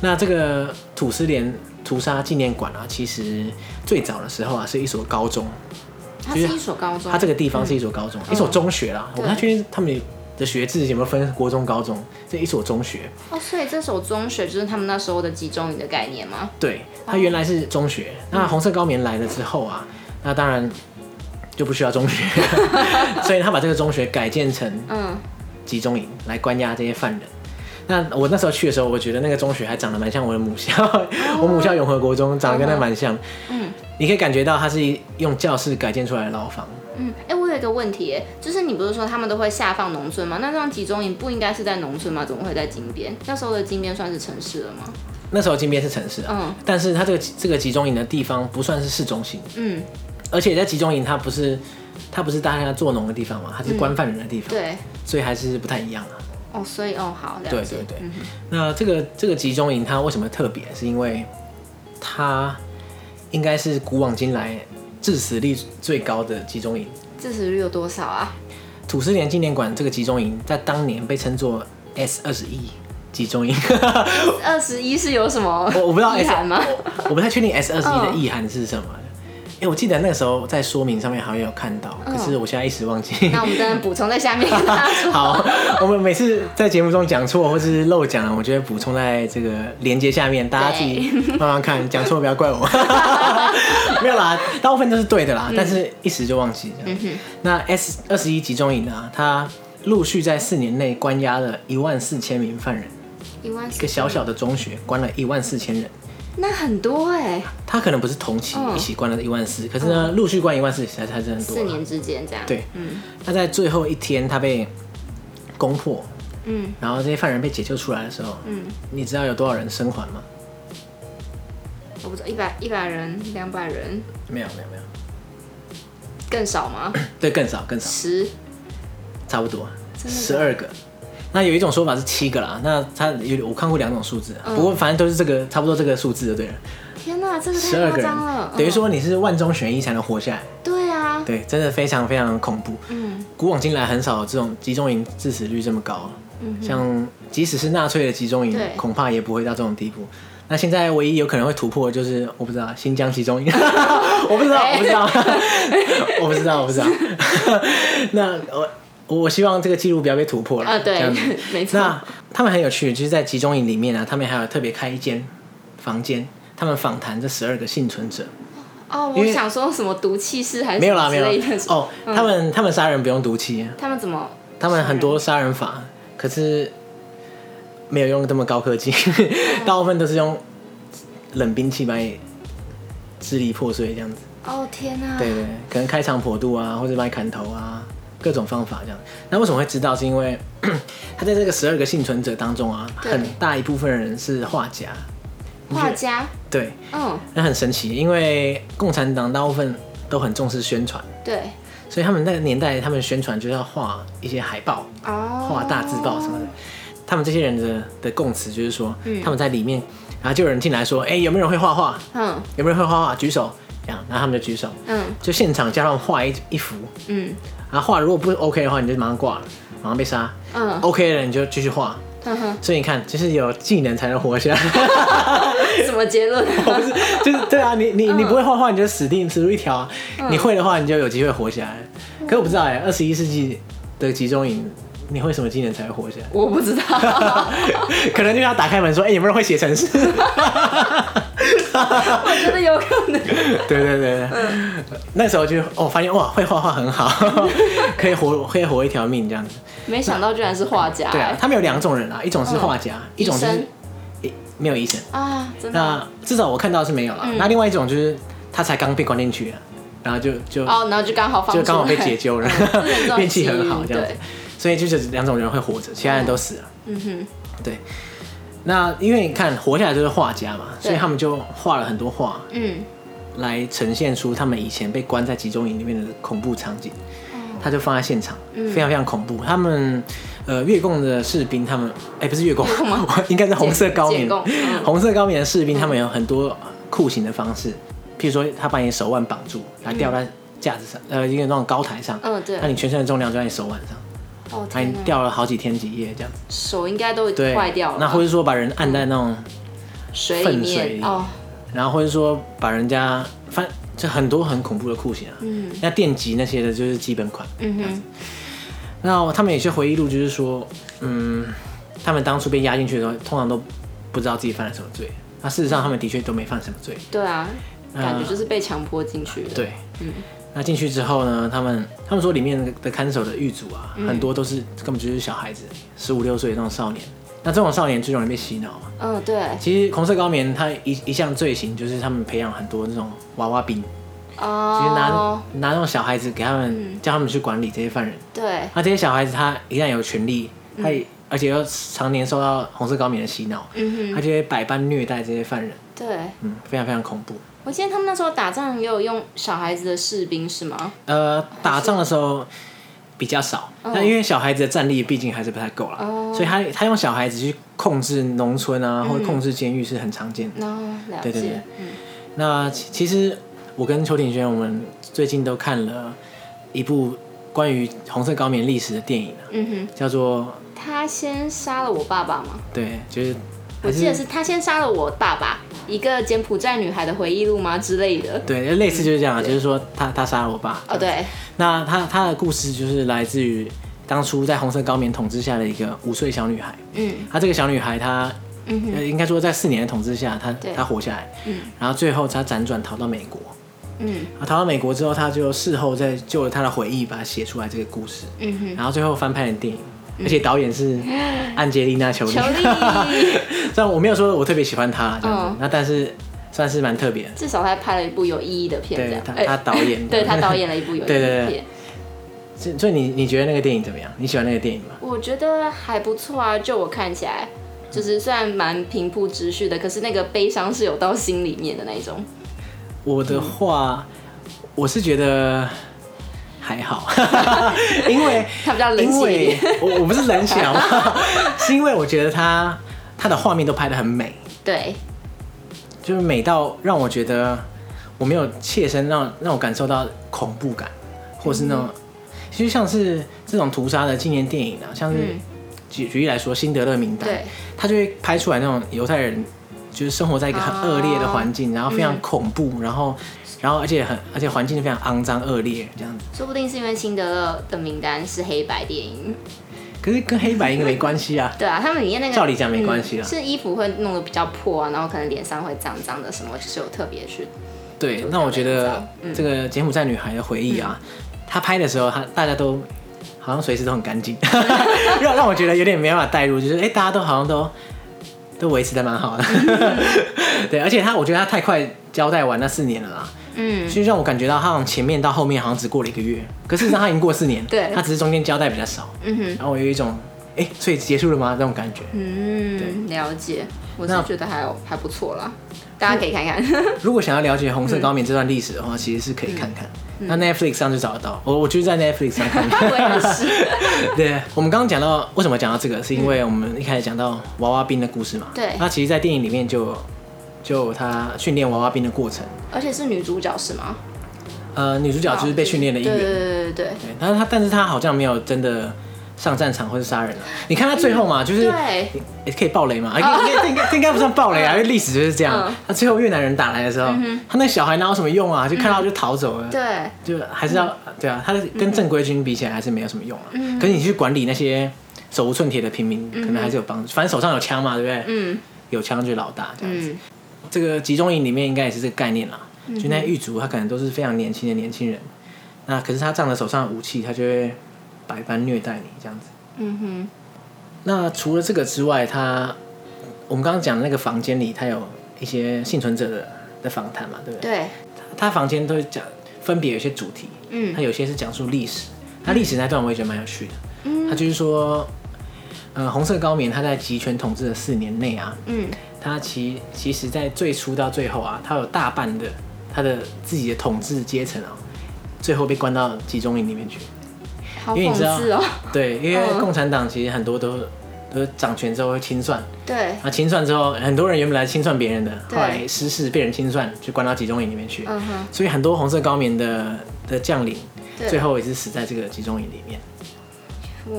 A: 那这个土司连屠杀纪念馆啊，其实最早的时候啊，是一所高中，
B: 他是一所高中，
A: 它这个地方是一所高中，一所中学啦。我不太确定他们的学制有没有分国中、高中，这一所中学。
B: 哦，所以这所中学就是他们那时候的集中营的概念吗？
A: 对，它原来是中学。
B: 嗯
A: 那红色高棉来了之后啊，那当然就不需要中学， 所以他把这个中学改建成
B: 嗯，
A: 集中营来关押这些犯人。那我那时候去的时候，我觉得那个中学还长得蛮像我的母校，我母校永和国中长得跟那蛮像。
B: 哦嗯
A: 你可以感觉到它是用教室改建出来的牢房。
B: 嗯，哎、我有一个问题，哎，就是你不是说他们都会下放农村吗？那这样集中营不应该是在农村吗？怎么会在金边？那时候的金边算是城市了吗？
A: 那时候金边是城市啊，
B: 嗯
A: 但是它这个这个集中营的地方不算是市中心，
B: 嗯，
A: 而且在集中营它不是它不是大家做农的地方嘛，它
B: 嗯
A: 是关犯人的地方，
B: 对，
A: 所以还是不太一样啊。
B: 哦，所以哦，好，了解，
A: 对对对
B: 嗯
A: 那这个这个集中营它为什么特别？是因为它应该是古往今来致死率最高的集中营。
B: 致死率有多少啊？
A: 土司连纪念馆这个集中营在当年被称作 S 二十一集中营，
B: 二十一是有什么
A: 哦我我不知道
B: 意
A: S
B: 涵吗？哦
A: 我不太确 定 S 二十一的意涵是什么。哎、我记得那个时候在说明上面好像有看到，
B: 嗯
A: 可是我现在一时忘记。
B: 那我们当然补充 在下面 跟大家说。
A: 好，我们每次在节目中讲错或是漏讲了，我就会补充在这个连接下面，大家自己慢慢看，讲错不要怪 我。没有啦，大部分都是对的啦，
B: 嗯
A: 但是一时就忘记了。那 S 二十一集中营呢、它陆续在四年内关押了一万四千名犯人，
B: 一万
A: 一个小小的中学关了一万四千人。
B: 那很多哎、
A: 他可能不是同期
B: 嗯
A: 一起关了一万四、可是呢，陆续关一万四，实在是还是很多。
B: 四年之间这样。
A: 对
B: 嗯
A: 那在最后一天，他被攻破，
B: 嗯
A: 然后这些犯人被解救出来的时候，
B: 嗯，
A: 你知道有多少人生还吗？
B: 我不知道一百一百人、两百人
A: 没有，没有，没有。
B: 更少吗？
A: 对，更少，更少，
B: 十
A: 差不多
B: 真的
A: 十二个。那有一种说法是七个啦，那他有我看过两种数字啊，
B: 嗯
A: 不过反正都是这个差不多这个数字就对了，
B: 天哪，这个
A: 十
B: 太
A: 二
B: 夸
A: 个人
B: 张了，，
A: 等于
B: 嗯、
A: 说你是万中选一才能活下来，
B: 对啊，
A: 对，真的非常非常恐怖。
B: 嗯
A: 古往今来很少有这种集中营致死率这么高，像即使是纳粹的集中营
B: 嗯对，
A: 恐怕也不会到这种地步。那现在唯一有可能会突破的就是我不知道新疆集中营， 我不知
B: 哎
A: 道，我不知道， 我不知道，我不知道。 那我我希望这个记录不要被突破了。
B: 啊
A: 这
B: 对
A: 样子，
B: 没错，
A: 那他们很有趣，就是在集中营里面啊，他们还有特别开一间房间，他们访谈这十二个幸存者。
B: 哦，
A: 因
B: 我
A: 为
B: 想说什么毒气室还是
A: 没有啦，
B: 什
A: 没有
B: 么之
A: 啦
B: 类的。
A: 哦，
B: 嗯
A: 他们他们杀人不用毒气啊，
B: 他们怎么？
A: 他们很多杀人法，可是没有用这么高科技，大部分都是用冷兵器把你支离破碎这样子。
B: 哦天哪，
A: 对对，可能开肠破肚啊，或者把你砍头啊，各种方法这样。那为什么会知道？是因为 他在这个十二个幸存者当中啊，
B: 对
A: 很大一部分人是画家。
B: 画家，
A: 对，
B: 嗯，
A: 那很神奇，因为共产党大部分都很重视宣传，
B: 对，
A: 所以他们那个年代，他们宣传就是要画一些海报。
B: 哦，
A: 画大字报什么的。他们这些人的的供词就是说，他们在里面，然后就有人进来说，哎、有没有人会画画？
B: 嗯
A: 有没有人会画画？举手。这样，然后他们就举手，
B: 嗯
A: 就现场叫他们画一一幅，
B: 嗯
A: 然后画如果不 OK 的话，你就马上挂了，马上被杀。
B: 嗯
A: OK 了，你就继续画。
B: 哼 哼，
A: 所以你看，就是有技能才能活下来，
B: 什么结论？
A: 就是对啊，你你
B: 嗯
A: 你不会画画，你就死定死路一条啊、你会的话，你就有机会活下来。可我不知道哎、二十一世纪的集中营，你会什么技能才会活下来？
B: 我不知道，
A: 可能就要打开门说：“哎、有没有人会写程式？”
B: 我觉得有可能。
A: 对对对对，那时候就哦，发现哇，会画画很好， 可以活可以活一条命这样子。
B: 没想到居然是画家、欸
A: 对啊，他们有两种人啊，一种是画家，一种就
B: 嗯医
A: 是
B: 生
A: 诶没有医生。
B: 啊，真的
A: 那至少我看到是没有
B: 嗯
A: 了。那另外一种就是他才刚被关进去啊，然后就就、
B: 哦，然后就刚好放
A: 就刚好被解
B: 解，
A: 救了
B: 嗯 这 种，
A: 运气很好
B: 机遇
A: 这样子
B: 对。
A: 所以就是两种人会活着，其他人都死了。
B: 嗯哼，
A: 对，那因为你看活下来就是画家嘛，
B: 对
A: 所以他们就画了很多画，
B: 嗯，
A: 来呈现出他们以前被关在集中营里面的恐怖场景，
B: 嗯
A: 他就放在现场，非常非常恐怖。他们呃越共的士兵，他们哎、不是越共， 应该是 红色高棉
B: 解共 嗯，
A: 红色高棉的士兵，他们有很多酷刑的方式，譬如说他把你手腕绑住，然后吊在架子上，呃，一个那种高台上，
B: 嗯对
A: 那你全身的重量就在你手腕上，
B: 哦
A: 把你
B: 天哪，
A: 吊了好几天几夜这样子，
B: 手应该都
A: 对，
B: 坏掉了，
A: 那或者说把人按在那种。
B: 水里
A: 粪水
B: 面
A: 里
B: 哦，
A: 然后或者说把人家翻，这很多很恐怖的酷刑啊。嗯，那电击那些的就是基本款。
B: 嗯 哼，
A: 那他们有些回忆录就是说，嗯，他们当初被押进去的时候，通常都不知道自己犯了什么罪。那事实上，他们的确都没犯什么罪。
B: 对啊，感觉就是被强迫进去的，
A: 嗯对，嗯。那进去之后呢，他们他嗯们说里面的看守的狱卒啊，很多都是根本就是小孩子，十五六岁的那种少年，那这种少年最容易被洗脑嘛。
B: 嗯，对，
A: 其实红色高棉它一一项罪行就是他们培养很多那种娃娃兵，就是拿、
B: 哦，
A: 拿那种小孩子给他们，
B: 嗯
A: 叫他们去管理这些犯人。
B: 对，
A: 那这些小孩子他一旦有权利，他也、而且又常年受到红色高棉的洗脑，
B: 嗯
A: 他
B: 哼，
A: 就会百般虐待这些犯人，
B: 对。
A: 嗯，非常非常恐怖。
B: 我记得他们那时候打仗也有用小孩子的士兵是吗？
A: 呃，打仗的时候比较少，但因为小孩子的战力毕竟还是不太够啦，
B: 哦嗯
A: 所以他他用小孩子去控制农村啊，或者控制监狱是很常见的。
B: 哦，了解，
A: 对对对
B: 嗯，
A: 那其其实我跟邱庭轩，我们最近都看了一部关于红色高棉历史的电影、啊，
B: 嗯
A: 叫做
B: 哼，他先杀了我爸爸吗？
A: 对，就是
B: 我记得是他先杀了我爸爸，一个柬埔寨女孩的回忆录吗之类的？
A: 对，类似就是这样啊，就是说他他杀了我爸。
B: 嗯哦，对，
A: 那他他的故事就是来自于当初在红色高棉统治下的一个五岁小女孩。
B: 嗯
A: 她这个小女孩她
B: 嗯哼
A: 呃，应该说在四年的统治下，她
B: 对
A: 她活下来，
B: 嗯
A: 然后最后她辗转逃到美国。
B: 嗯
A: 啊，逃到美国之后，她就事后再就了她的回忆，把它写出来这个故事，
B: 嗯哼，嗯
A: 然后最后翻拍成电影，而且导演是安吉丽娜·裘莉。
B: 裘莉
A: 虽然我没有说我特别喜欢她这样子
B: 嗯，
A: 那但是算是蛮特别的。
B: 至少他拍了一部有意义的片，这
A: 对
B: 样，
A: 她，
B: 哎
A: 她导演，
B: 对他导演了一部有意义
A: 对对
B: 的
A: 对
B: 片，
A: 所以所以你你觉得那个电影怎么样？你喜欢那个电影吗？
B: 我觉得还不错啊，就我看起来。就是虽然蛮平铺直叙的，可是那个悲伤是有到心里面的那一种。
A: 我的话，我是觉得还 好，因为
B: 他比较冷
A: 因
B: 血一
A: 为
B: 点。
A: 我我不是冷血好不 好？是因为我觉得他他的画面都拍得很美，
B: 对，
A: 就是美到让我觉得我没有切身让让我感受到恐怖感，或是那种。其实像是这种屠杀的纪念电影啊，像是
B: 嗯，
A: 举举例来说，《辛德勒名单》，
B: 对，
A: 他就会拍出来那种犹太人就是生活在一个很恶劣的环境，然后非常恐怖，然后然后而且很而且环境非常肮脏恶劣这样子。
B: 说不定是因为辛德勒的名单是黑白电影。。
A: 可是跟黑白应该没关系啊
B: 对啊，他们里面那个
A: 照理讲没关系啦
B: 嗯是衣服会弄得比较破啊，然后可能脸上会脏脏的什么，就是有特别去。
A: 对，那我觉得
B: 嗯
A: 这个柬埔寨女孩的回忆啊，她拍的时候，她大家都好像随时都很干净， 让让我觉得有点没办法代入，就是哎、诶大家都好像都都维持的蛮好的。
B: 嗯
A: 对，而且她我觉得她太快交代完那四年了啦，
B: 嗯，
A: 就让我感觉到她好像前面到后面好像只过了一个月，可是事实上她已经过四年，
B: 对
A: 她只是中间交代比较少，
B: 嗯哼，
A: 然后我有一种哎、诶所以结束了吗这种感觉。
B: 嗯，了解。我是
A: 那
B: 觉得还有还不错啦，大家可以看 看。
A: 如果想要了解红色高棉这段历史的话，其实是可以看看。
B: 嗯
A: 那 Netflix 上就找得到，我我就是在 Netflix 上 看
B: 我也是。
A: 对，我们刚刚讲到为什么讲到这个，是因为我们一开始讲到娃娃兵的故事嘛。
B: 对
A: 那其实，在电影里面就就有他训练娃娃兵的过程，
B: 而且是女主角是吗？
A: 呃，女主角就是被训练的一员。
B: 哦对啊对对对对。
A: 对，但是他但是他好像没有真的上战场或是杀人啊。你看他最后嘛，就是
B: 对，哦
A: 也可以爆雷嘛？啊，应该这应该这应该不算爆雷 啊，因为历史就是这样
B: 嗯。
A: 他最后越南人打来的时候，他那小孩哪有什么用啊？就看到
B: 嗯
A: 就逃走了。
B: 对，
A: 就还是要对啊，他跟正规军比起来还是没有什么用啊。
B: 嗯
A: 可是你去管理那些手无寸铁的平民，可能还是有帮助。反正手上有枪嘛，对不对？
B: 嗯
A: 有枪就是老大这样子。
B: 嗯，
A: 这个集中营里面应该也是这个概念啦。就那些狱卒，他可能都是非常年轻的年轻人，那可是他仗着手上的武器，他就会百般虐待你这样子。
B: 嗯哼，
A: 那除了这个之外，他我们刚刚讲的那个房间里，他有一些幸存者的的访谈嘛，对不对？
B: 对，
A: 他房间都会讲分别有一些主题，
B: 嗯
A: 它有些是讲述历史，它历史那段我也觉得蛮有趣的。
B: 嗯
A: 它就是说，呃，红色高棉它在集权统治的四年内啊，
B: 嗯
A: 它其其实在最初到最后啊，它有大半的它的自己的统治阶层啊，最后被关到集中营里面去。
B: 好
A: 因为
B: 讽
A: 你知道
B: 刺 哦。
A: 对，因为
B: 嗯
A: 共产党其实很多都都是掌权之后会清算，
B: 对，
A: 啊，清算之后，很多人原本来清算别人的，后
B: 对
A: 来失事被人清算，就关到集中营里面去。
B: 嗯哼，
A: 所以很多红色高棉的的将领，
B: 对
A: 最后也是死在这个集中营里面。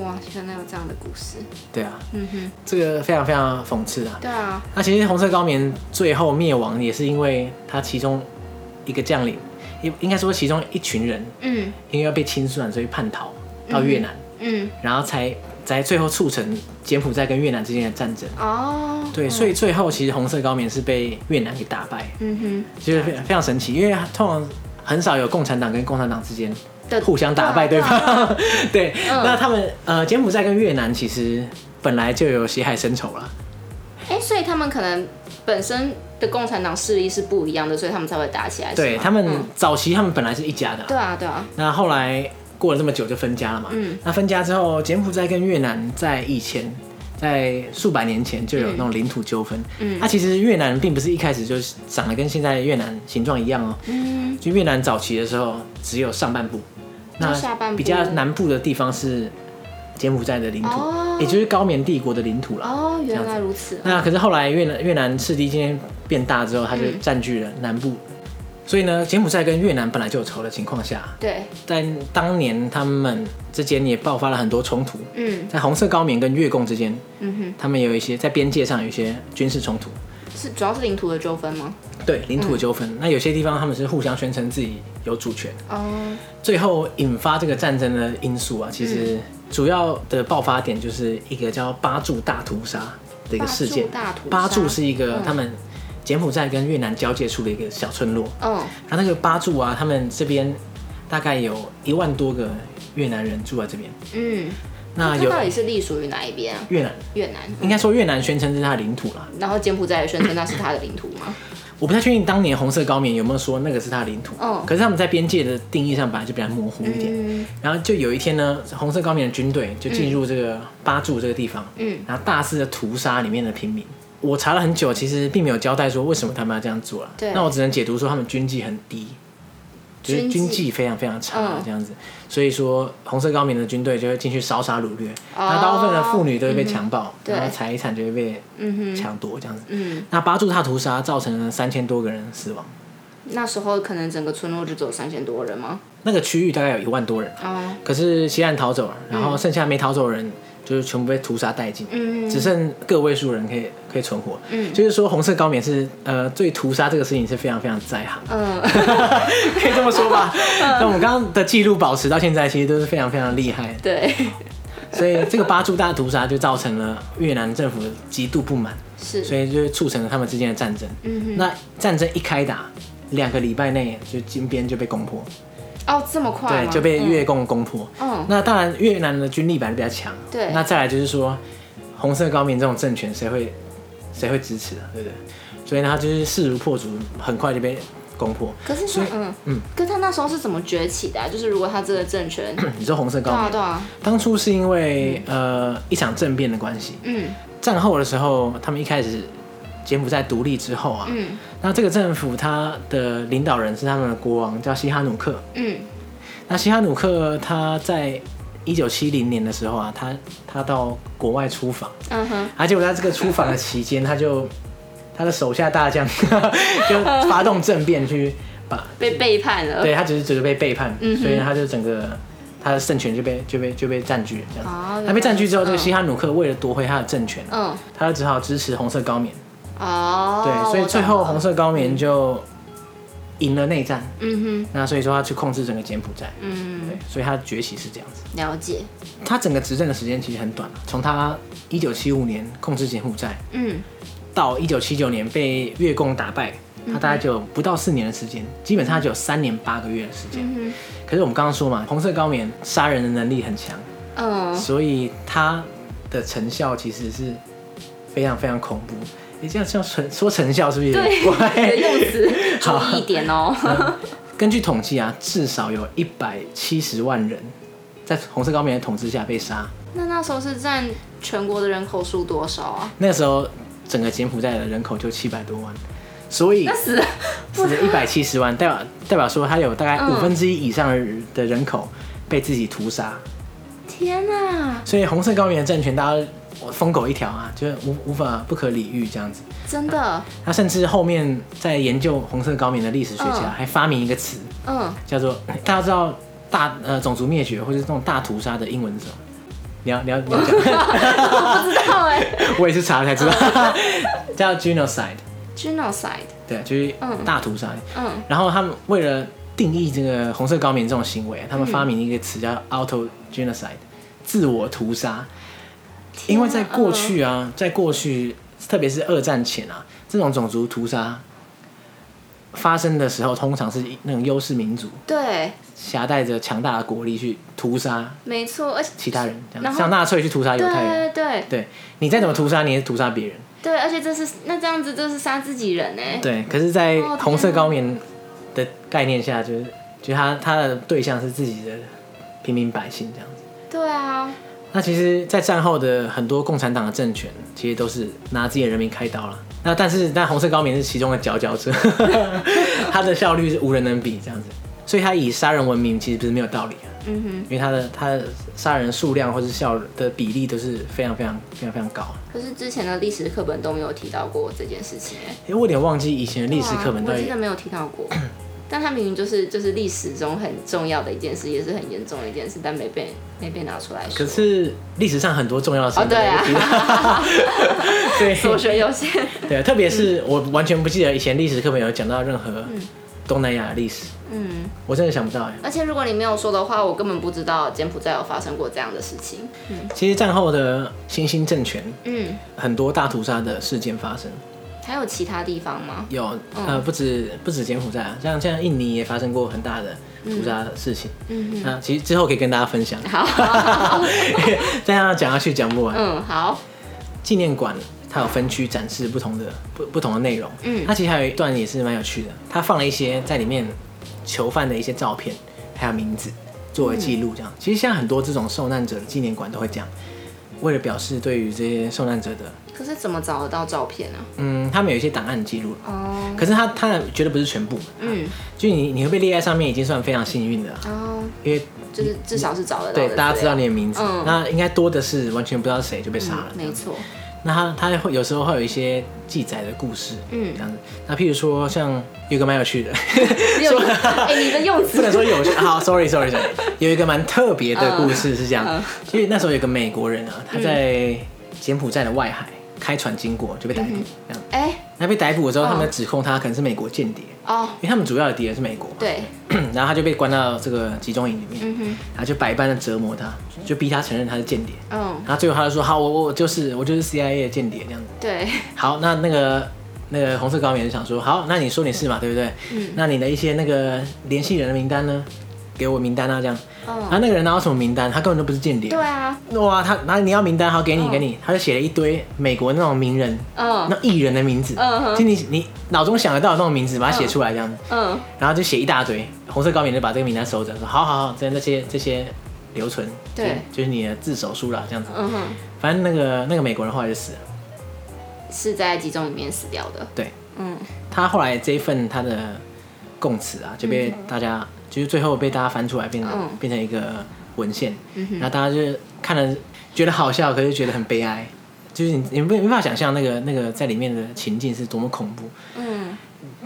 B: 哇，原来有这样的故事。
A: 对啊，
B: 嗯哼，
A: 这个非常非常讽刺啊。
B: 对啊，
A: 那其实红色高棉最后灭亡，也是因为他其中一个将领，应应该说其中一群人，
B: 嗯
A: 因为要被清算，所以叛逃到越南，
B: 嗯，
A: 然后才才最后促成柬埔寨跟越南之间的战争。
B: 哦，
A: 对，所以最后其实红色高棉是被越南给打败，
B: 嗯
A: 就是非非常神奇，因为通常很少有共产党跟共产党之间
B: 的
A: 互相打败对
B: 对啊
A: 方。对，
B: 嗯
A: 那他们呃，柬埔寨跟越南其实本来就有血海深仇啦。
B: 哎、所以他们可能本身的共产党势力是不一样的，所以他们才会打起来。
A: 对
B: 是吗
A: 他们
B: 嗯
A: 早期他们本来是一家的啊、
B: 对啊，对啊，
A: 那后来过了这么久就分家了嘛。
B: 嗯，
A: 那分家之后，柬埔寨跟越南在以前，在数百年前就有那种领土纠纷。
B: 嗯
A: 那、其实越南并不是一开始就是长得跟现在越南形状一样哦。
B: 嗯，
A: 就越南早期的时候只有上半部，
B: 那下半部
A: 比较南部的地方是柬埔寨的领土，
B: 哦
A: 也就是高棉帝国的领土啦。
B: 哦，原来如此。
A: 那可是后来越南越南赤地今天变大之后，它就
B: 嗯
A: 占据了南部。所以呢，柬埔寨跟越南本来就有仇的情况下，
B: 对，
A: 但当年他们之间也爆发了很多冲突，
B: 嗯
A: 在红色高棉跟越共之间，
B: 嗯
A: 他们有一些在边界上有一些军事冲突，
B: 哼，是主要是领土的纠纷吗？
A: 对领土的纠纷。那有些地方他们是互相宣称自己有主权，
B: 哦，
A: 最后引发这个战争的因素啊，其实主要的爆发点就是一个叫八柱大屠杀的一个事件。
B: 八柱大屠杀
A: 八柱是一个
B: 嗯
A: 他们柬埔寨跟越南交界处的一个小村落，
B: 嗯，
A: 然后那个八柱啊，他们这边大概有一万多个越南人住在这边。
B: 嗯，
A: 那
B: 它
A: 有
B: 到底是隶属于哪一边啊？
A: 越南，
B: 越南，
A: 应该说越南宣称是它的领土啦。
B: 然后柬埔寨也宣称那是它的领土 吗？
A: 我不太确定当年红色高棉有没有说那个是它的领土，
B: 嗯
A: 可是他们在边界的定义上本来就比较模糊一点。
B: 嗯
A: 然后就有一天呢，红色高棉的军队就进入这个巴柱这个地方，
B: 嗯，
A: 然后大肆的屠杀里面的平民。我查了很久，其实并没有交代说为什么他们要这样做了。啊
B: 对
A: 那我只能解读说他们军纪很低，就是军
B: 军纪
A: 纪非常非常差
B: 嗯
A: 这样子。所以说红色高棉的军队就会进去烧杀掳掠，那大部分的妇女都会被强暴，
B: 嗯对
A: 然后财产就会被
B: 嗯哼，
A: 抢夺这样子。
B: 嗯，
A: 那八柱大屠杀造成了三千多个人死亡，
B: 那时候可能整个村落就只有三千多人吗？
A: 那个区域大概有一万多人。
B: 哦，
A: 可是西岸逃走了，然后剩下没逃走的人就是全部被屠杀殆尽，
B: 嗯
A: 只剩个位数人可以可以存活。
B: 嗯，
A: 就是说红色高棉是呃对屠杀这个事情是非常非常在行
B: 嗯，
A: 可以这么说吧。那我们刚刚的记录保持到现在，其实都是非常非常厉害。
B: 对，
A: 所以这个八柱大屠杀就造成了越南政府极度不满，所
B: 是，
A: 以就促成了他们之间的战争。
B: 嗯
A: 那战争一开打，两个礼拜内就金边就被攻破，
B: 哼，哦，这么快
A: 对，
B: 吗？
A: 就被
B: 嗯
A: 越共攻破。
B: 嗯，
A: 那当然，越南的军力本来就比较强。
B: 对
A: 那再来就是说，红色高棉这种政权，谁会谁会支持啊？对不对？所以呢，他就是势如破竹，很快就被攻破。
B: 可是
A: 所
B: 他
A: 以，
B: 嗯
A: 嗯
B: 嗯，可是他那时候是怎么崛起的啊？就是如果他这个政权，对
A: 你说红色高
B: 啊
A: 棉，
B: 对啊，
A: 当初是因为、呃一场政变的关系，
B: 嗯
A: 战后的时候，他们一开始柬埔寨独立之后啊，
B: 嗯
A: 那这个政府他的领导人是他们的国王，叫西哈努克。
B: 嗯
A: 那西哈努克他在一九七零年的时候啊，他他到国外出访。
B: 嗯哼，
A: 而且我在这个出访的期间，他就他的手下大将 就发动政变去把，
B: 被背叛了，
A: 对他只是只是被背叛，
B: 呃嗯哼
A: 所以他就整个他的政权就被就被就被占据了这样子。
B: 哦，
A: 他被占据之后，这个
B: 嗯
A: 西哈努克为了夺回他的政权，
B: 嗯
A: 他就只好支持红色高棉。
B: 哦，
A: 对，所以
B: 我
A: 最
B: 懂
A: 后
B: 了嗯
A: 红色高棉就赢了内战。
B: 嗯哼
A: 那所以说他去控制整个柬埔寨，
B: 嗯
A: 对，所以他的崛起是这样子。
B: 了解，
A: 他整个执政的时间其实很短，啊从他一九七五年控制柬埔寨，
B: 嗯
A: 到一九七九年被越共打败，
B: 嗯
A: 他大概就不到四年的时间，基本上就有三年八个月的时间。
B: 嗯
A: 可是我们刚刚说嘛，红色高棉杀人的能力很强，
B: 哼 嗯
A: 所以他的成效其实是非常非常恐怖。你这样这样说说成效是不是有点
B: 对，
A: 怪？
B: 用词
A: 好
B: 注意一点哦，
A: 根据统计啊，至少有一百七十万人在红色高棉的统治下被杀。
B: 那那时候是占全国的人口数多少啊？
A: 那时候整个柬埔寨的人口就七百多万，所以
B: 那 死了
A: 死了一百七十万，代表代表说他有大概
B: 嗯
A: 五分之一以上的人口被自己屠杀，
B: 天哪，
A: 所以红色高棉的政权大家疯狗一条啊，就是无无法不可理喻这样子。
B: 真的，
A: 他甚至后面在研究红色高棉的历史学家
B: 嗯
A: 还发明一个词，
B: 嗯，
A: 叫做大家知道大呃种族灭绝或者这种大屠杀的英文是什么？你要你要你要讲，
B: 不知道哎
A: 我也是查了才知道，叫 genocide，
B: ，genocide，
A: 对，就是
B: 嗯
A: 大屠杀。
B: 嗯。
A: 然后他们为了定义这个红色高棉这种行为，他们发明一个词叫 auto genocide，、自我屠杀。
B: 啊
A: 因为在过
B: 嗯
A: 去啊，在过去，特别是二战前啊，这种种族屠杀发生的时候，通常是那种优势民族
B: 对，
A: 携带着强大的国力去屠杀
B: 没错，而且
A: 其他人，这
B: 然
A: 样
B: 后
A: 像纳粹去屠杀犹太人。
B: 对对
A: 对你再怎么屠杀，你也是屠杀别人。
B: 对，而且这是那这样子就是杀自己人哎、
A: 对，可是，在
B: 哦
A: 红色
B: 天哪
A: 高棉的概念下，就是就是他他的对象是自己的平民百姓这样子。
B: 对啊，
A: 那其实，在战后的很多共产党的政权，其实都是拿自己的人民开刀了。那但是，但红色高棉是其中的佼佼 者，他的效率是无人能比这样子。所以，他以杀人闻名，其实不是没有道理的。
B: 嗯哼。
A: 因为他的他的杀人数量或是效的比例都是非常非常非常非常高。
B: 可是之前的历史课本都没有提到过这件事情哎、
A: 因为我有点忘记以前的历史课本到
B: 对啊我
A: 底
B: 记得没有提到 过。但它明明就是就是历史中很重要的一件事，也是很严重的一件事，但没被没被拿出来说。
A: 可是历史上很多重要的事
B: 哦，
A: 情
B: 对啊，
A: 对
B: 所学有限。
A: 对，特别
B: 嗯
A: 是我完全不记得以前历史课本有讲到任何东南亚的历史，
B: 嗯，
A: 我真的想不到哎。
B: 而且如果你没有说的话，我根本不知道柬埔寨有发生过这样的事情。
A: 其实战后的新兴政权
B: 嗯，
A: 很多大屠杀的事件发生，
B: 还有其他地方吗？
A: 有
B: 嗯
A: 呃不止不止柬埔寨啊，像像印尼也发生过很大的屠杀的事情。
B: 嗯
A: 那其实之后可以跟大家分享，
B: 好，
A: 再让讲下去讲不完。
B: 嗯，好，
A: 纪念馆它有分区展示不同的不不同的内容。
B: 嗯
A: 它其实还有一段也是蛮有趣的，它放了一些在里面囚犯的一些照片，还有名字作
B: 嗯
A: 为记录，这样。其实现在很多这种受难者的纪念馆都会这样，为了表示对于这些受难者的，
B: 可是怎么找得到照片啊？
A: 嗯，他们有一些档案记录。
B: 哦，
A: 可是他他绝对不是全部，
B: 嗯，
A: 就你你会被列在上面已经算非常幸运的了，
B: 哦，
A: 因为
B: 就是至少是找得到的
A: 对
B: 资料。
A: 大家知道你的名字，
B: 嗯
A: 那应该多的是完全不知道谁就被杀了
B: 嗯，。没错。
A: 那他他会有时候会有一些记载的故事，
B: 嗯
A: 这样子。那譬如说，像有一个蛮有趣的，
B: 你有哎，你的用词
A: 不能说有趣， 好，sorry sorry sorry，有一个蛮特别的故事是这样
B: 嗯，
A: 因为那时候有个美国人啊，他在柬埔寨的外海开船经过就被逮捕，这样。
B: 哎、
A: 那被逮捕之后，
B: 哦
A: 他们指控他可能是美国间谍，
B: 哦，
A: 因为他们主要的敌人是美国嘛，
B: 对，
A: 然后他就被关到这个集中营里面，
B: 嗯哼，
A: 然后就百般的折磨他，就逼他承认他是间谍。
B: 嗯，
A: 然后最后他就说：“好，我我就是我就是 CIA 的间谍这样子。”
B: 对，
A: 好，那那个那个红色高棉想说，好，那你说你是嘛，对不对？嗯。那你的一些那个联系人的名单呢？给我名单啊，这样。
B: 嗯
A: 啊，那个人拿到什么名单？他根本就不是间谍。
B: 对。啊，
A: 哇，他那你要名单，好，给你，
B: 嗯
A: 给你。他就写了一堆美国那种名人，
B: 嗯
A: 那艺人的名字，
B: 嗯嗯
A: 就你你脑中想得到的那种名字，把它写出来这样子，
B: 嗯，
A: 然后就写一大堆。红色高棉就把这个名单收着，说好好好，这这些这些留存，
B: 对
A: 就是，就是你的自首书啦，这样子。
B: 嗯哼，
A: 反正那个那个美国人后来就死了。
B: 是在集中里面死掉的，
A: 对，
B: 嗯，
A: 他后来这一份他的供词啊，就被大家、就是最后被大家翻出来，变成、
B: 嗯
A: 变成一个文献，然后大家就是看了觉得好笑，可是觉得很悲哀，就是你你没没办法想象那个那个在里面的情境是多么恐怖。
B: 嗯，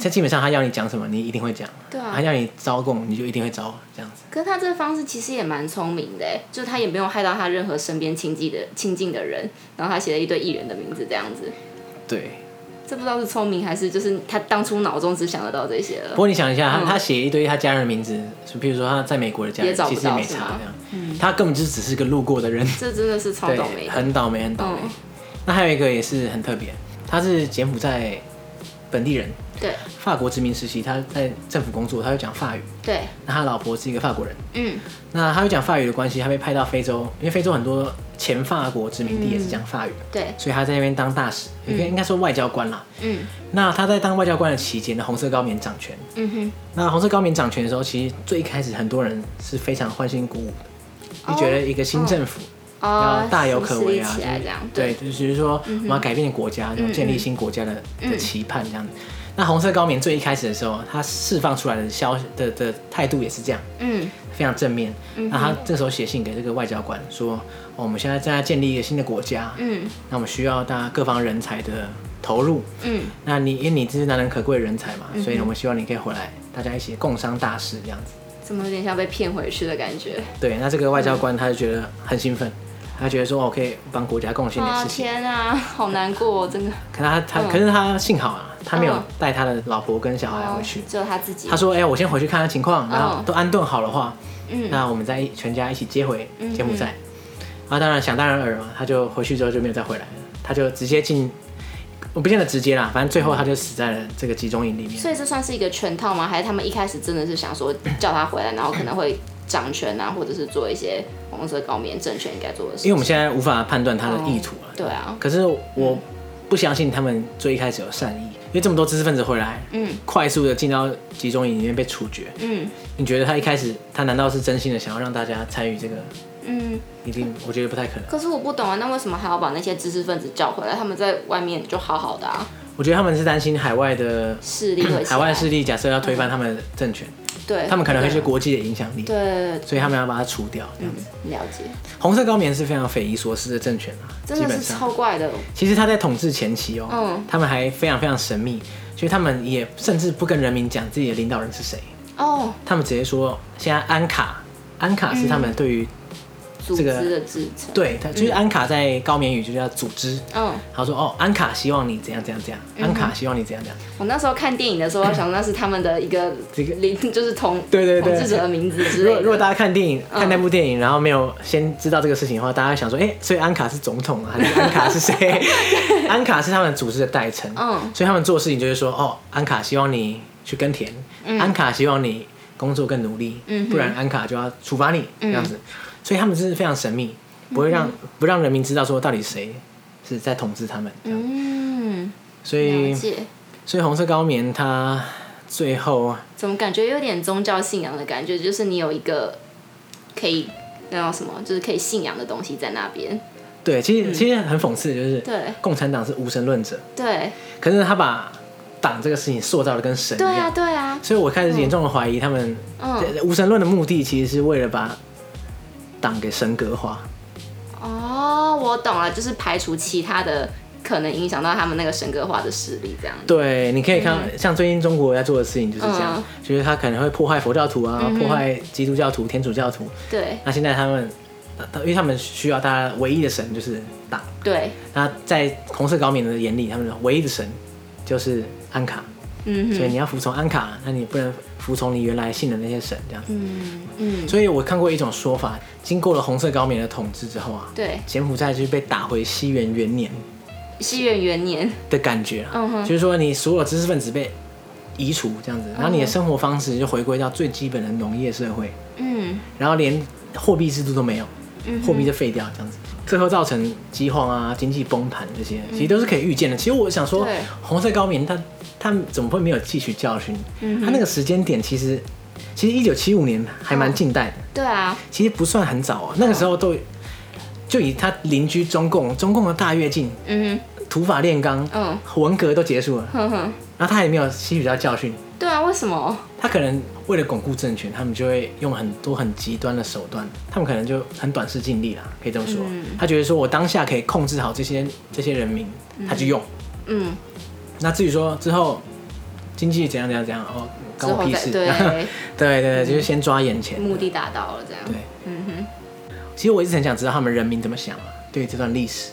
A: 他基本上他要你讲什么，你一定会讲；
B: 对
A: 他
B: 啊。
A: 要你招供，你就一定会招，这样子。
B: 可是他这个方式其实也蛮聪明的欸，就他也没有害到他任何身边亲近的亲近的人，然后他写了一堆艺人的名字这样子，
A: 对，
B: 这不知道是聪明还是就是他当初脑中只想得到这些
A: 不
B: 了。
A: 过你想一下，他
B: 嗯
A: 他写一堆他家人的名字，就比如说他在美国的家人，
B: 也找
A: 其
B: 不
A: 实也
B: 到
A: 没
B: 是
A: 差
B: 吗
A: 这样，他根本就只是个路过的人。
B: 这真的是超
A: 对，
B: 倒霉的，
A: 很倒霉，很倒霉。
B: 嗯
A: 那还有一个也是很特别，他是柬埔寨本地人，
B: 对
A: 法国殖民时期他在政府工作，他会讲法语。
B: 对，
A: 那他老婆是一个法国人，
B: 嗯
A: 那他会讲法语的关系，他被派到非洲，因为非洲很多前法国殖民地也是讲法语，
B: 对，
A: 所以他在那边当大使，应该应该说外交官啦。
B: 嗯
A: 那他在当外交官的期间呢，红色高棉掌权。
B: 嗯哼，
A: 那红色高棉掌权的时候，其实最一开始很多人是非常欢欣鼓舞的，就觉得一个新政府要
B: 哦，
A: 大有可为
B: 行
A: 啊，
B: 事力起来这样，嗯
A: 对，就是说我们要改变国家，有建立新国家的的期盼这样子。那红色高棉最一开始的时候，它释放出来的消的的态度也是这样，
B: 嗯
A: 非常正面。那他这时候写信给这个外交官说，哦我们现在正在建立一个新的国家，
B: 嗯
A: 那我们需要大家各方人才的投入。
B: 嗯，
A: 那你因为你这是难能可贵的人才嘛，所以我们希望你可以回来，大家一起共商大事这样子。
B: 怎么有点像被骗回去的感觉？
A: 对，那这个外交官他就觉得很兴奋，他觉得说，哦我可以帮国家贡献点
B: 啊
A: 事情。
B: 天啊，好难过、哦，真的。
A: 可他他、
B: 嗯
A: 可是他幸好啊，他没有
B: 嗯
A: 带他的老婆跟小孩回去。
B: 哦只有他自己。
A: 他说：“哎、我先回去看看情况，然后
B: 嗯
A: 都安顿好的话，
B: 嗯
A: 那我们再一全家一起接回柬埔寨。啊，当然想当然尔嘛，他就回去之后就没有再回来了，他就直接进我不见得直接啦，反正最后他就死在了这个集中营里面。
B: 所以这算是一个圈套吗？还是他们一开始真的是想说叫他回来，然后可能会掌权啊，或者是做一些红色高棉政权应该做的事
A: 因为
B: 情？
A: 我们现在无法判断他的意图啊，
B: 对啊，
A: 可是我不相信他们最一开始有善意，因为这么多知识分子回来，
B: 嗯
A: 快速的进到集中营里面被处决，
B: 嗯
A: 你觉得他一开始他难道是真心的想要让大家参与这个？
B: 嗯。
A: 一定，我觉得不太可能。
B: 可是我不懂啊，那为什么还要把那些知识分子叫回来？他们在外面就好好的啊，
A: 我觉得他们是担心海外的
B: 势力会起来
A: 海外势力，假设要推翻他们的政权，
B: 对，
A: 他们可能会去国际的影响力，
B: 对，嗯
A: 所以他们要把它除掉。这样子，
B: 了解，
A: 红色高棉是非常匪夷所思的政权啊，
B: 真
A: 基
B: 的
A: 本
B: 是
A: 上，
B: 超怪的，
A: 其实他在统治前期哦，
B: 嗯
A: 他们还非常非常神秘，就是他们也甚至不跟人民讲自己的领导人是谁，
B: 哦，
A: 他们直接说现在安卡，安卡是
B: 嗯
A: 他们对于、
B: 组织的支撑，，
A: 对，他就是安卡在高棉语就叫组织。
B: 嗯，
A: 他说：“哦，安卡希望你怎样怎样怎样，安卡希望你怎样怎样。
B: 我那时候看电影 的时候，我想那是他们的一个
A: 这个
B: 领， 就是同
A: 对对对
B: 统治者的名字之
A: 如
B: 类
A: 果
B: 的。
A: 如果大家看电影看那部电影，然后没有先知道这个事情的话，大家会想说：哎、所以安卡是总统啊，还是安卡是 谁？安卡是他们组织的代称。
B: 嗯
A: 所以他们做事情就是说：哦，安卡希望你去耕田，安卡希望你工作更努力，
B: 嗯嗯哼嗯
A: 不然安卡就要处罚你这样子。所以他们是非常神秘，不会让、不让人民知道说到底谁是在统治他们。这样
B: 嗯，
A: 所以
B: 了解，
A: 所以红色高棉它最后
B: 怎么感觉有点宗教信仰的感觉？就是你有一个可以那叫什么，就是可以信仰的东西在那边。
A: 对，其实、其实很讽刺，就是
B: 嗯对
A: 共产党是无神论者，
B: 对
A: 可是他把党这个事情塑造的跟神一
B: 对啊
A: 样，
B: 对啊，
A: 所以我开始严重的怀疑他们、
B: 嗯
A: 对无神论的目的其实是为了把党给神格化。
B: 哦，我懂了，就是排除其他的可能影响到他们那个神格化的势力这样。
A: 对，你可以看到，像最近中国在做的事情就是这样，
B: 嗯
A: 就是他可能会破坏佛教徒啊，破坏基督教徒、天主教徒。
B: 对
A: 那现在他们，呃因为他们需要大家唯一的神就是党，
B: 对，
A: 那在红色高棉的眼里，他们的唯一的神就是安卡。
B: 嗯
A: 所以
B: 哼
A: 你要服从安卡，那你不能服从你原来信的那些神这样。
B: 嗯嗯，
A: 所以我看过一种说法，经过了红色高棉的统治之后啊，
B: 对，
A: 柬埔寨就是被打回西元元年
B: 西元元年，
A: 的感觉啊，
B: 嗯哼
A: 就是说你所有知识分子被移除这样子，然后你的生活方式就回归到最基本的农业社会，
B: 嗯
A: 然后连货币制度都没有，
B: 嗯哼，
A: 货币就废掉这样子，最后造成饥荒啊、经济崩盘这些，其实都是可以预见的。其实我想说
B: 嗯对，
A: 红色高棉他他怎么会没有汲取教训？
B: 嗯哼
A: 他那个时间点其实其实一九七五年还蛮近代的，
B: 对啊，
A: 其实不算很早啊。那个时候都就以他邻居中共，中共的大跃进、
B: 嗯
A: 土法炼钢、
B: 嗯
A: 文革都结束了，
B: 哼哼哼，
A: 然后他也没有吸取到教训，
B: 对啊，为什么？
A: 他可能为了巩固政权，他们就会用很多很极端的手段，他们可能就很短视近利啦，可以这么说。
B: 嗯
A: 他觉得说我当下可以控制好这些这些人民，他就用。
B: 嗯，
A: 那至于说之后经济怎样怎样怎样，哦，
B: 之
A: 关我
B: 后
A: 屁
B: 再
A: 事。
B: 对，嗯
A: 对对对，就是先抓眼前。
B: 目的达到了这样。
A: 对，
B: 嗯哼，
A: 其实我一直很想知道他们人民怎么想啊，对于这段历史。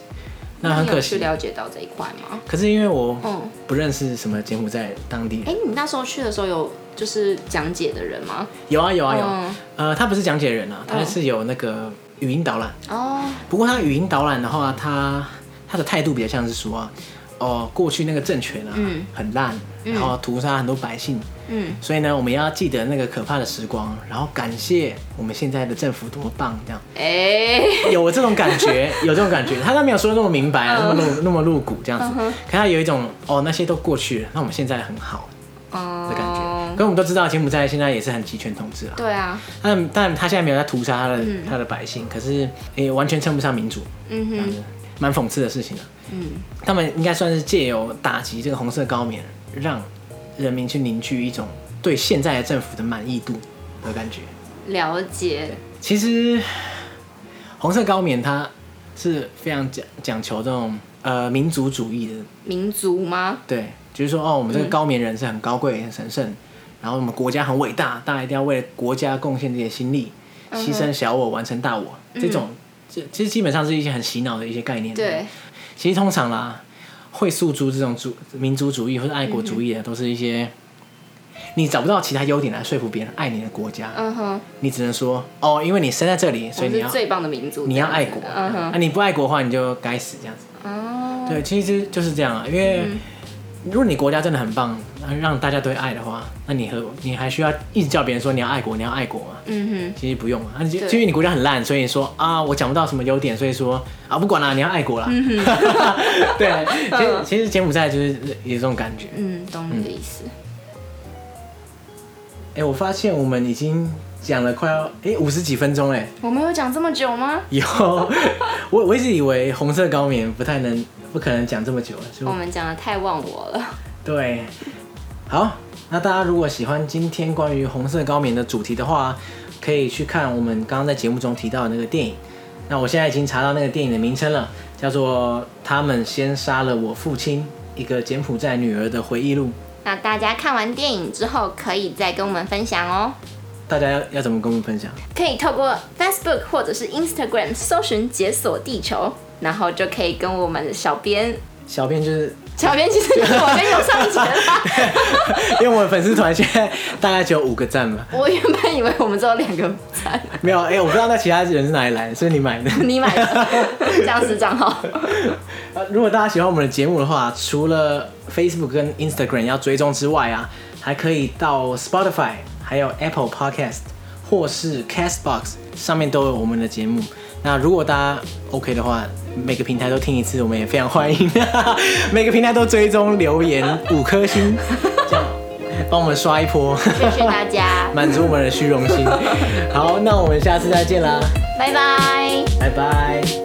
A: 那很
B: 你有
A: 可惜，
B: 去了解到这一块吗？
A: 可是因为我
B: 嗯，
A: 不认识什么柬埔寨当地人
B: 哎，你那时候去的时候有就是讲解的人吗？
A: 有啊有啊有
B: 嗯
A: 呃，他不是讲解人啊，他
B: 嗯
A: 是有那个语音导览。
B: 哦，
A: 不过他语音导览的话，他他的态度比较像是说啊，哦，过去那个政权啊，
B: 嗯
A: 很烂，然后屠杀很多百姓，
B: 嗯
A: 所以呢，我们要记得那个可怕的时光，然后感谢我们现在的政府多么棒， 这样
B: 哎，
A: 有这种感觉，有这种感觉。他他没有说得那么明
B: 嗯
A: 白啊，那么露那么露骨这样子，可他有一种哦，那些都过去了，那我们现在很好
B: 哦
A: 的感觉。可我们都知道，柬埔寨现在也是很集权统治啊，
B: 对啊，
A: 但但他现在没有在屠杀他的、他的百姓，可是也完全称不上民主。
B: 嗯
A: 这样
B: 哼，
A: 子蛮讽刺的事情啊。
B: 嗯
A: 他们应该算是借由打击这个红色高棉，让人民去凝聚一种对现在的政府的满意度的感觉。
B: 了解，
A: 其实，红色高棉它是非常讲讲求这种呃民族主义的，
B: 民族吗？
A: 对，就是说哦，我们
B: 嗯
A: 这个高棉人是很高贵、很神圣，然后我们国家很伟大，大家一定要为了国家贡献自己的心力，
B: 嗯
A: 牺牲小我完成大我，这种这其实基本上是一些很洗脑的一些概念。
B: 对，
A: 其实通常啦，会诉诸这种主民族主义或者爱国主义的，都是一些你找不到其他优点来说服别人爱你的国家，
B: 嗯哼，
A: 你只能说哦，因为你生在这里，
B: 我
A: 所以
B: 们
A: 你
B: 是
A: 要
B: 最棒的民族，
A: 你要
B: 这样
A: 爱
B: 子
A: 国，
B: 嗯
A: 那、
B: 哼，
A: 你不爱国的话，你就该死这样子。
B: 哦，嗯
A: 对，其实就是这样啊，因为如果你国家真的很棒，让大家对爱的话，那你和你还需要一直叫别人说你要爱国，你要爱国吗？
B: 嗯
A: 其实不用啊，那就
B: 对
A: 就因为你国家很烂，所以你说啊，我讲不到什么优点，所以说啊，不管啦，你要爱国啦。
B: 嗯
A: 对，其实其实柬埔寨就是有这种感觉。
B: 哼，嗯，懂你的意思。
A: 哎、我发现我们已经讲了快要哎五十几分 钟嘞，
B: 我们有讲这么久吗？
A: 有 我我一直以为红色高棉不太能不可能讲这么久，就
B: 我们讲的太忘我了。
A: 对，好，那大家如果喜欢今天关于红色高棉的主题的话，可以去看我们刚刚在节目中提到的那个电影。那我现在已经查到那个电影的名称了，叫做《他们先杀了我父亲：一个柬埔寨女儿的回忆录》。
B: 那大家看完电影之后，可以再跟我们分享哦。
A: 大家要要怎么跟我们分享？
B: 可以透过 Facebook 或者是 Instagram 搜寻“解锁地球”，然后就可以跟我们的小编，
A: 小编就是，呃
B: 小编其实就是我跟有上节啦。
A: 因为我们粉丝团现在大概只有五个赞嘛，
B: 我原本以为我们只有两个赞，
A: 没有，哎、我不知道那其他人是哪里来的，是你买的。
B: 你买的僵尸账号，
A: 呃，如果大家喜欢我们的节目的话，除了 Facebook 跟 Instagram 要追踪之外啊，还可以到 Spotify、还有 Apple Podcast 或是 Castbox 上面都有我们的节目。那如果大家 OK 的话，每个平台都听一次，我们也非常欢迎。 每个平台都追踪留言五颗星，这样帮我们刷一波，
B: 谢谢大家，
A: 满足我 们的虚荣心。好，那我们下次再见啦，
B: 拜拜。
A: 拜拜。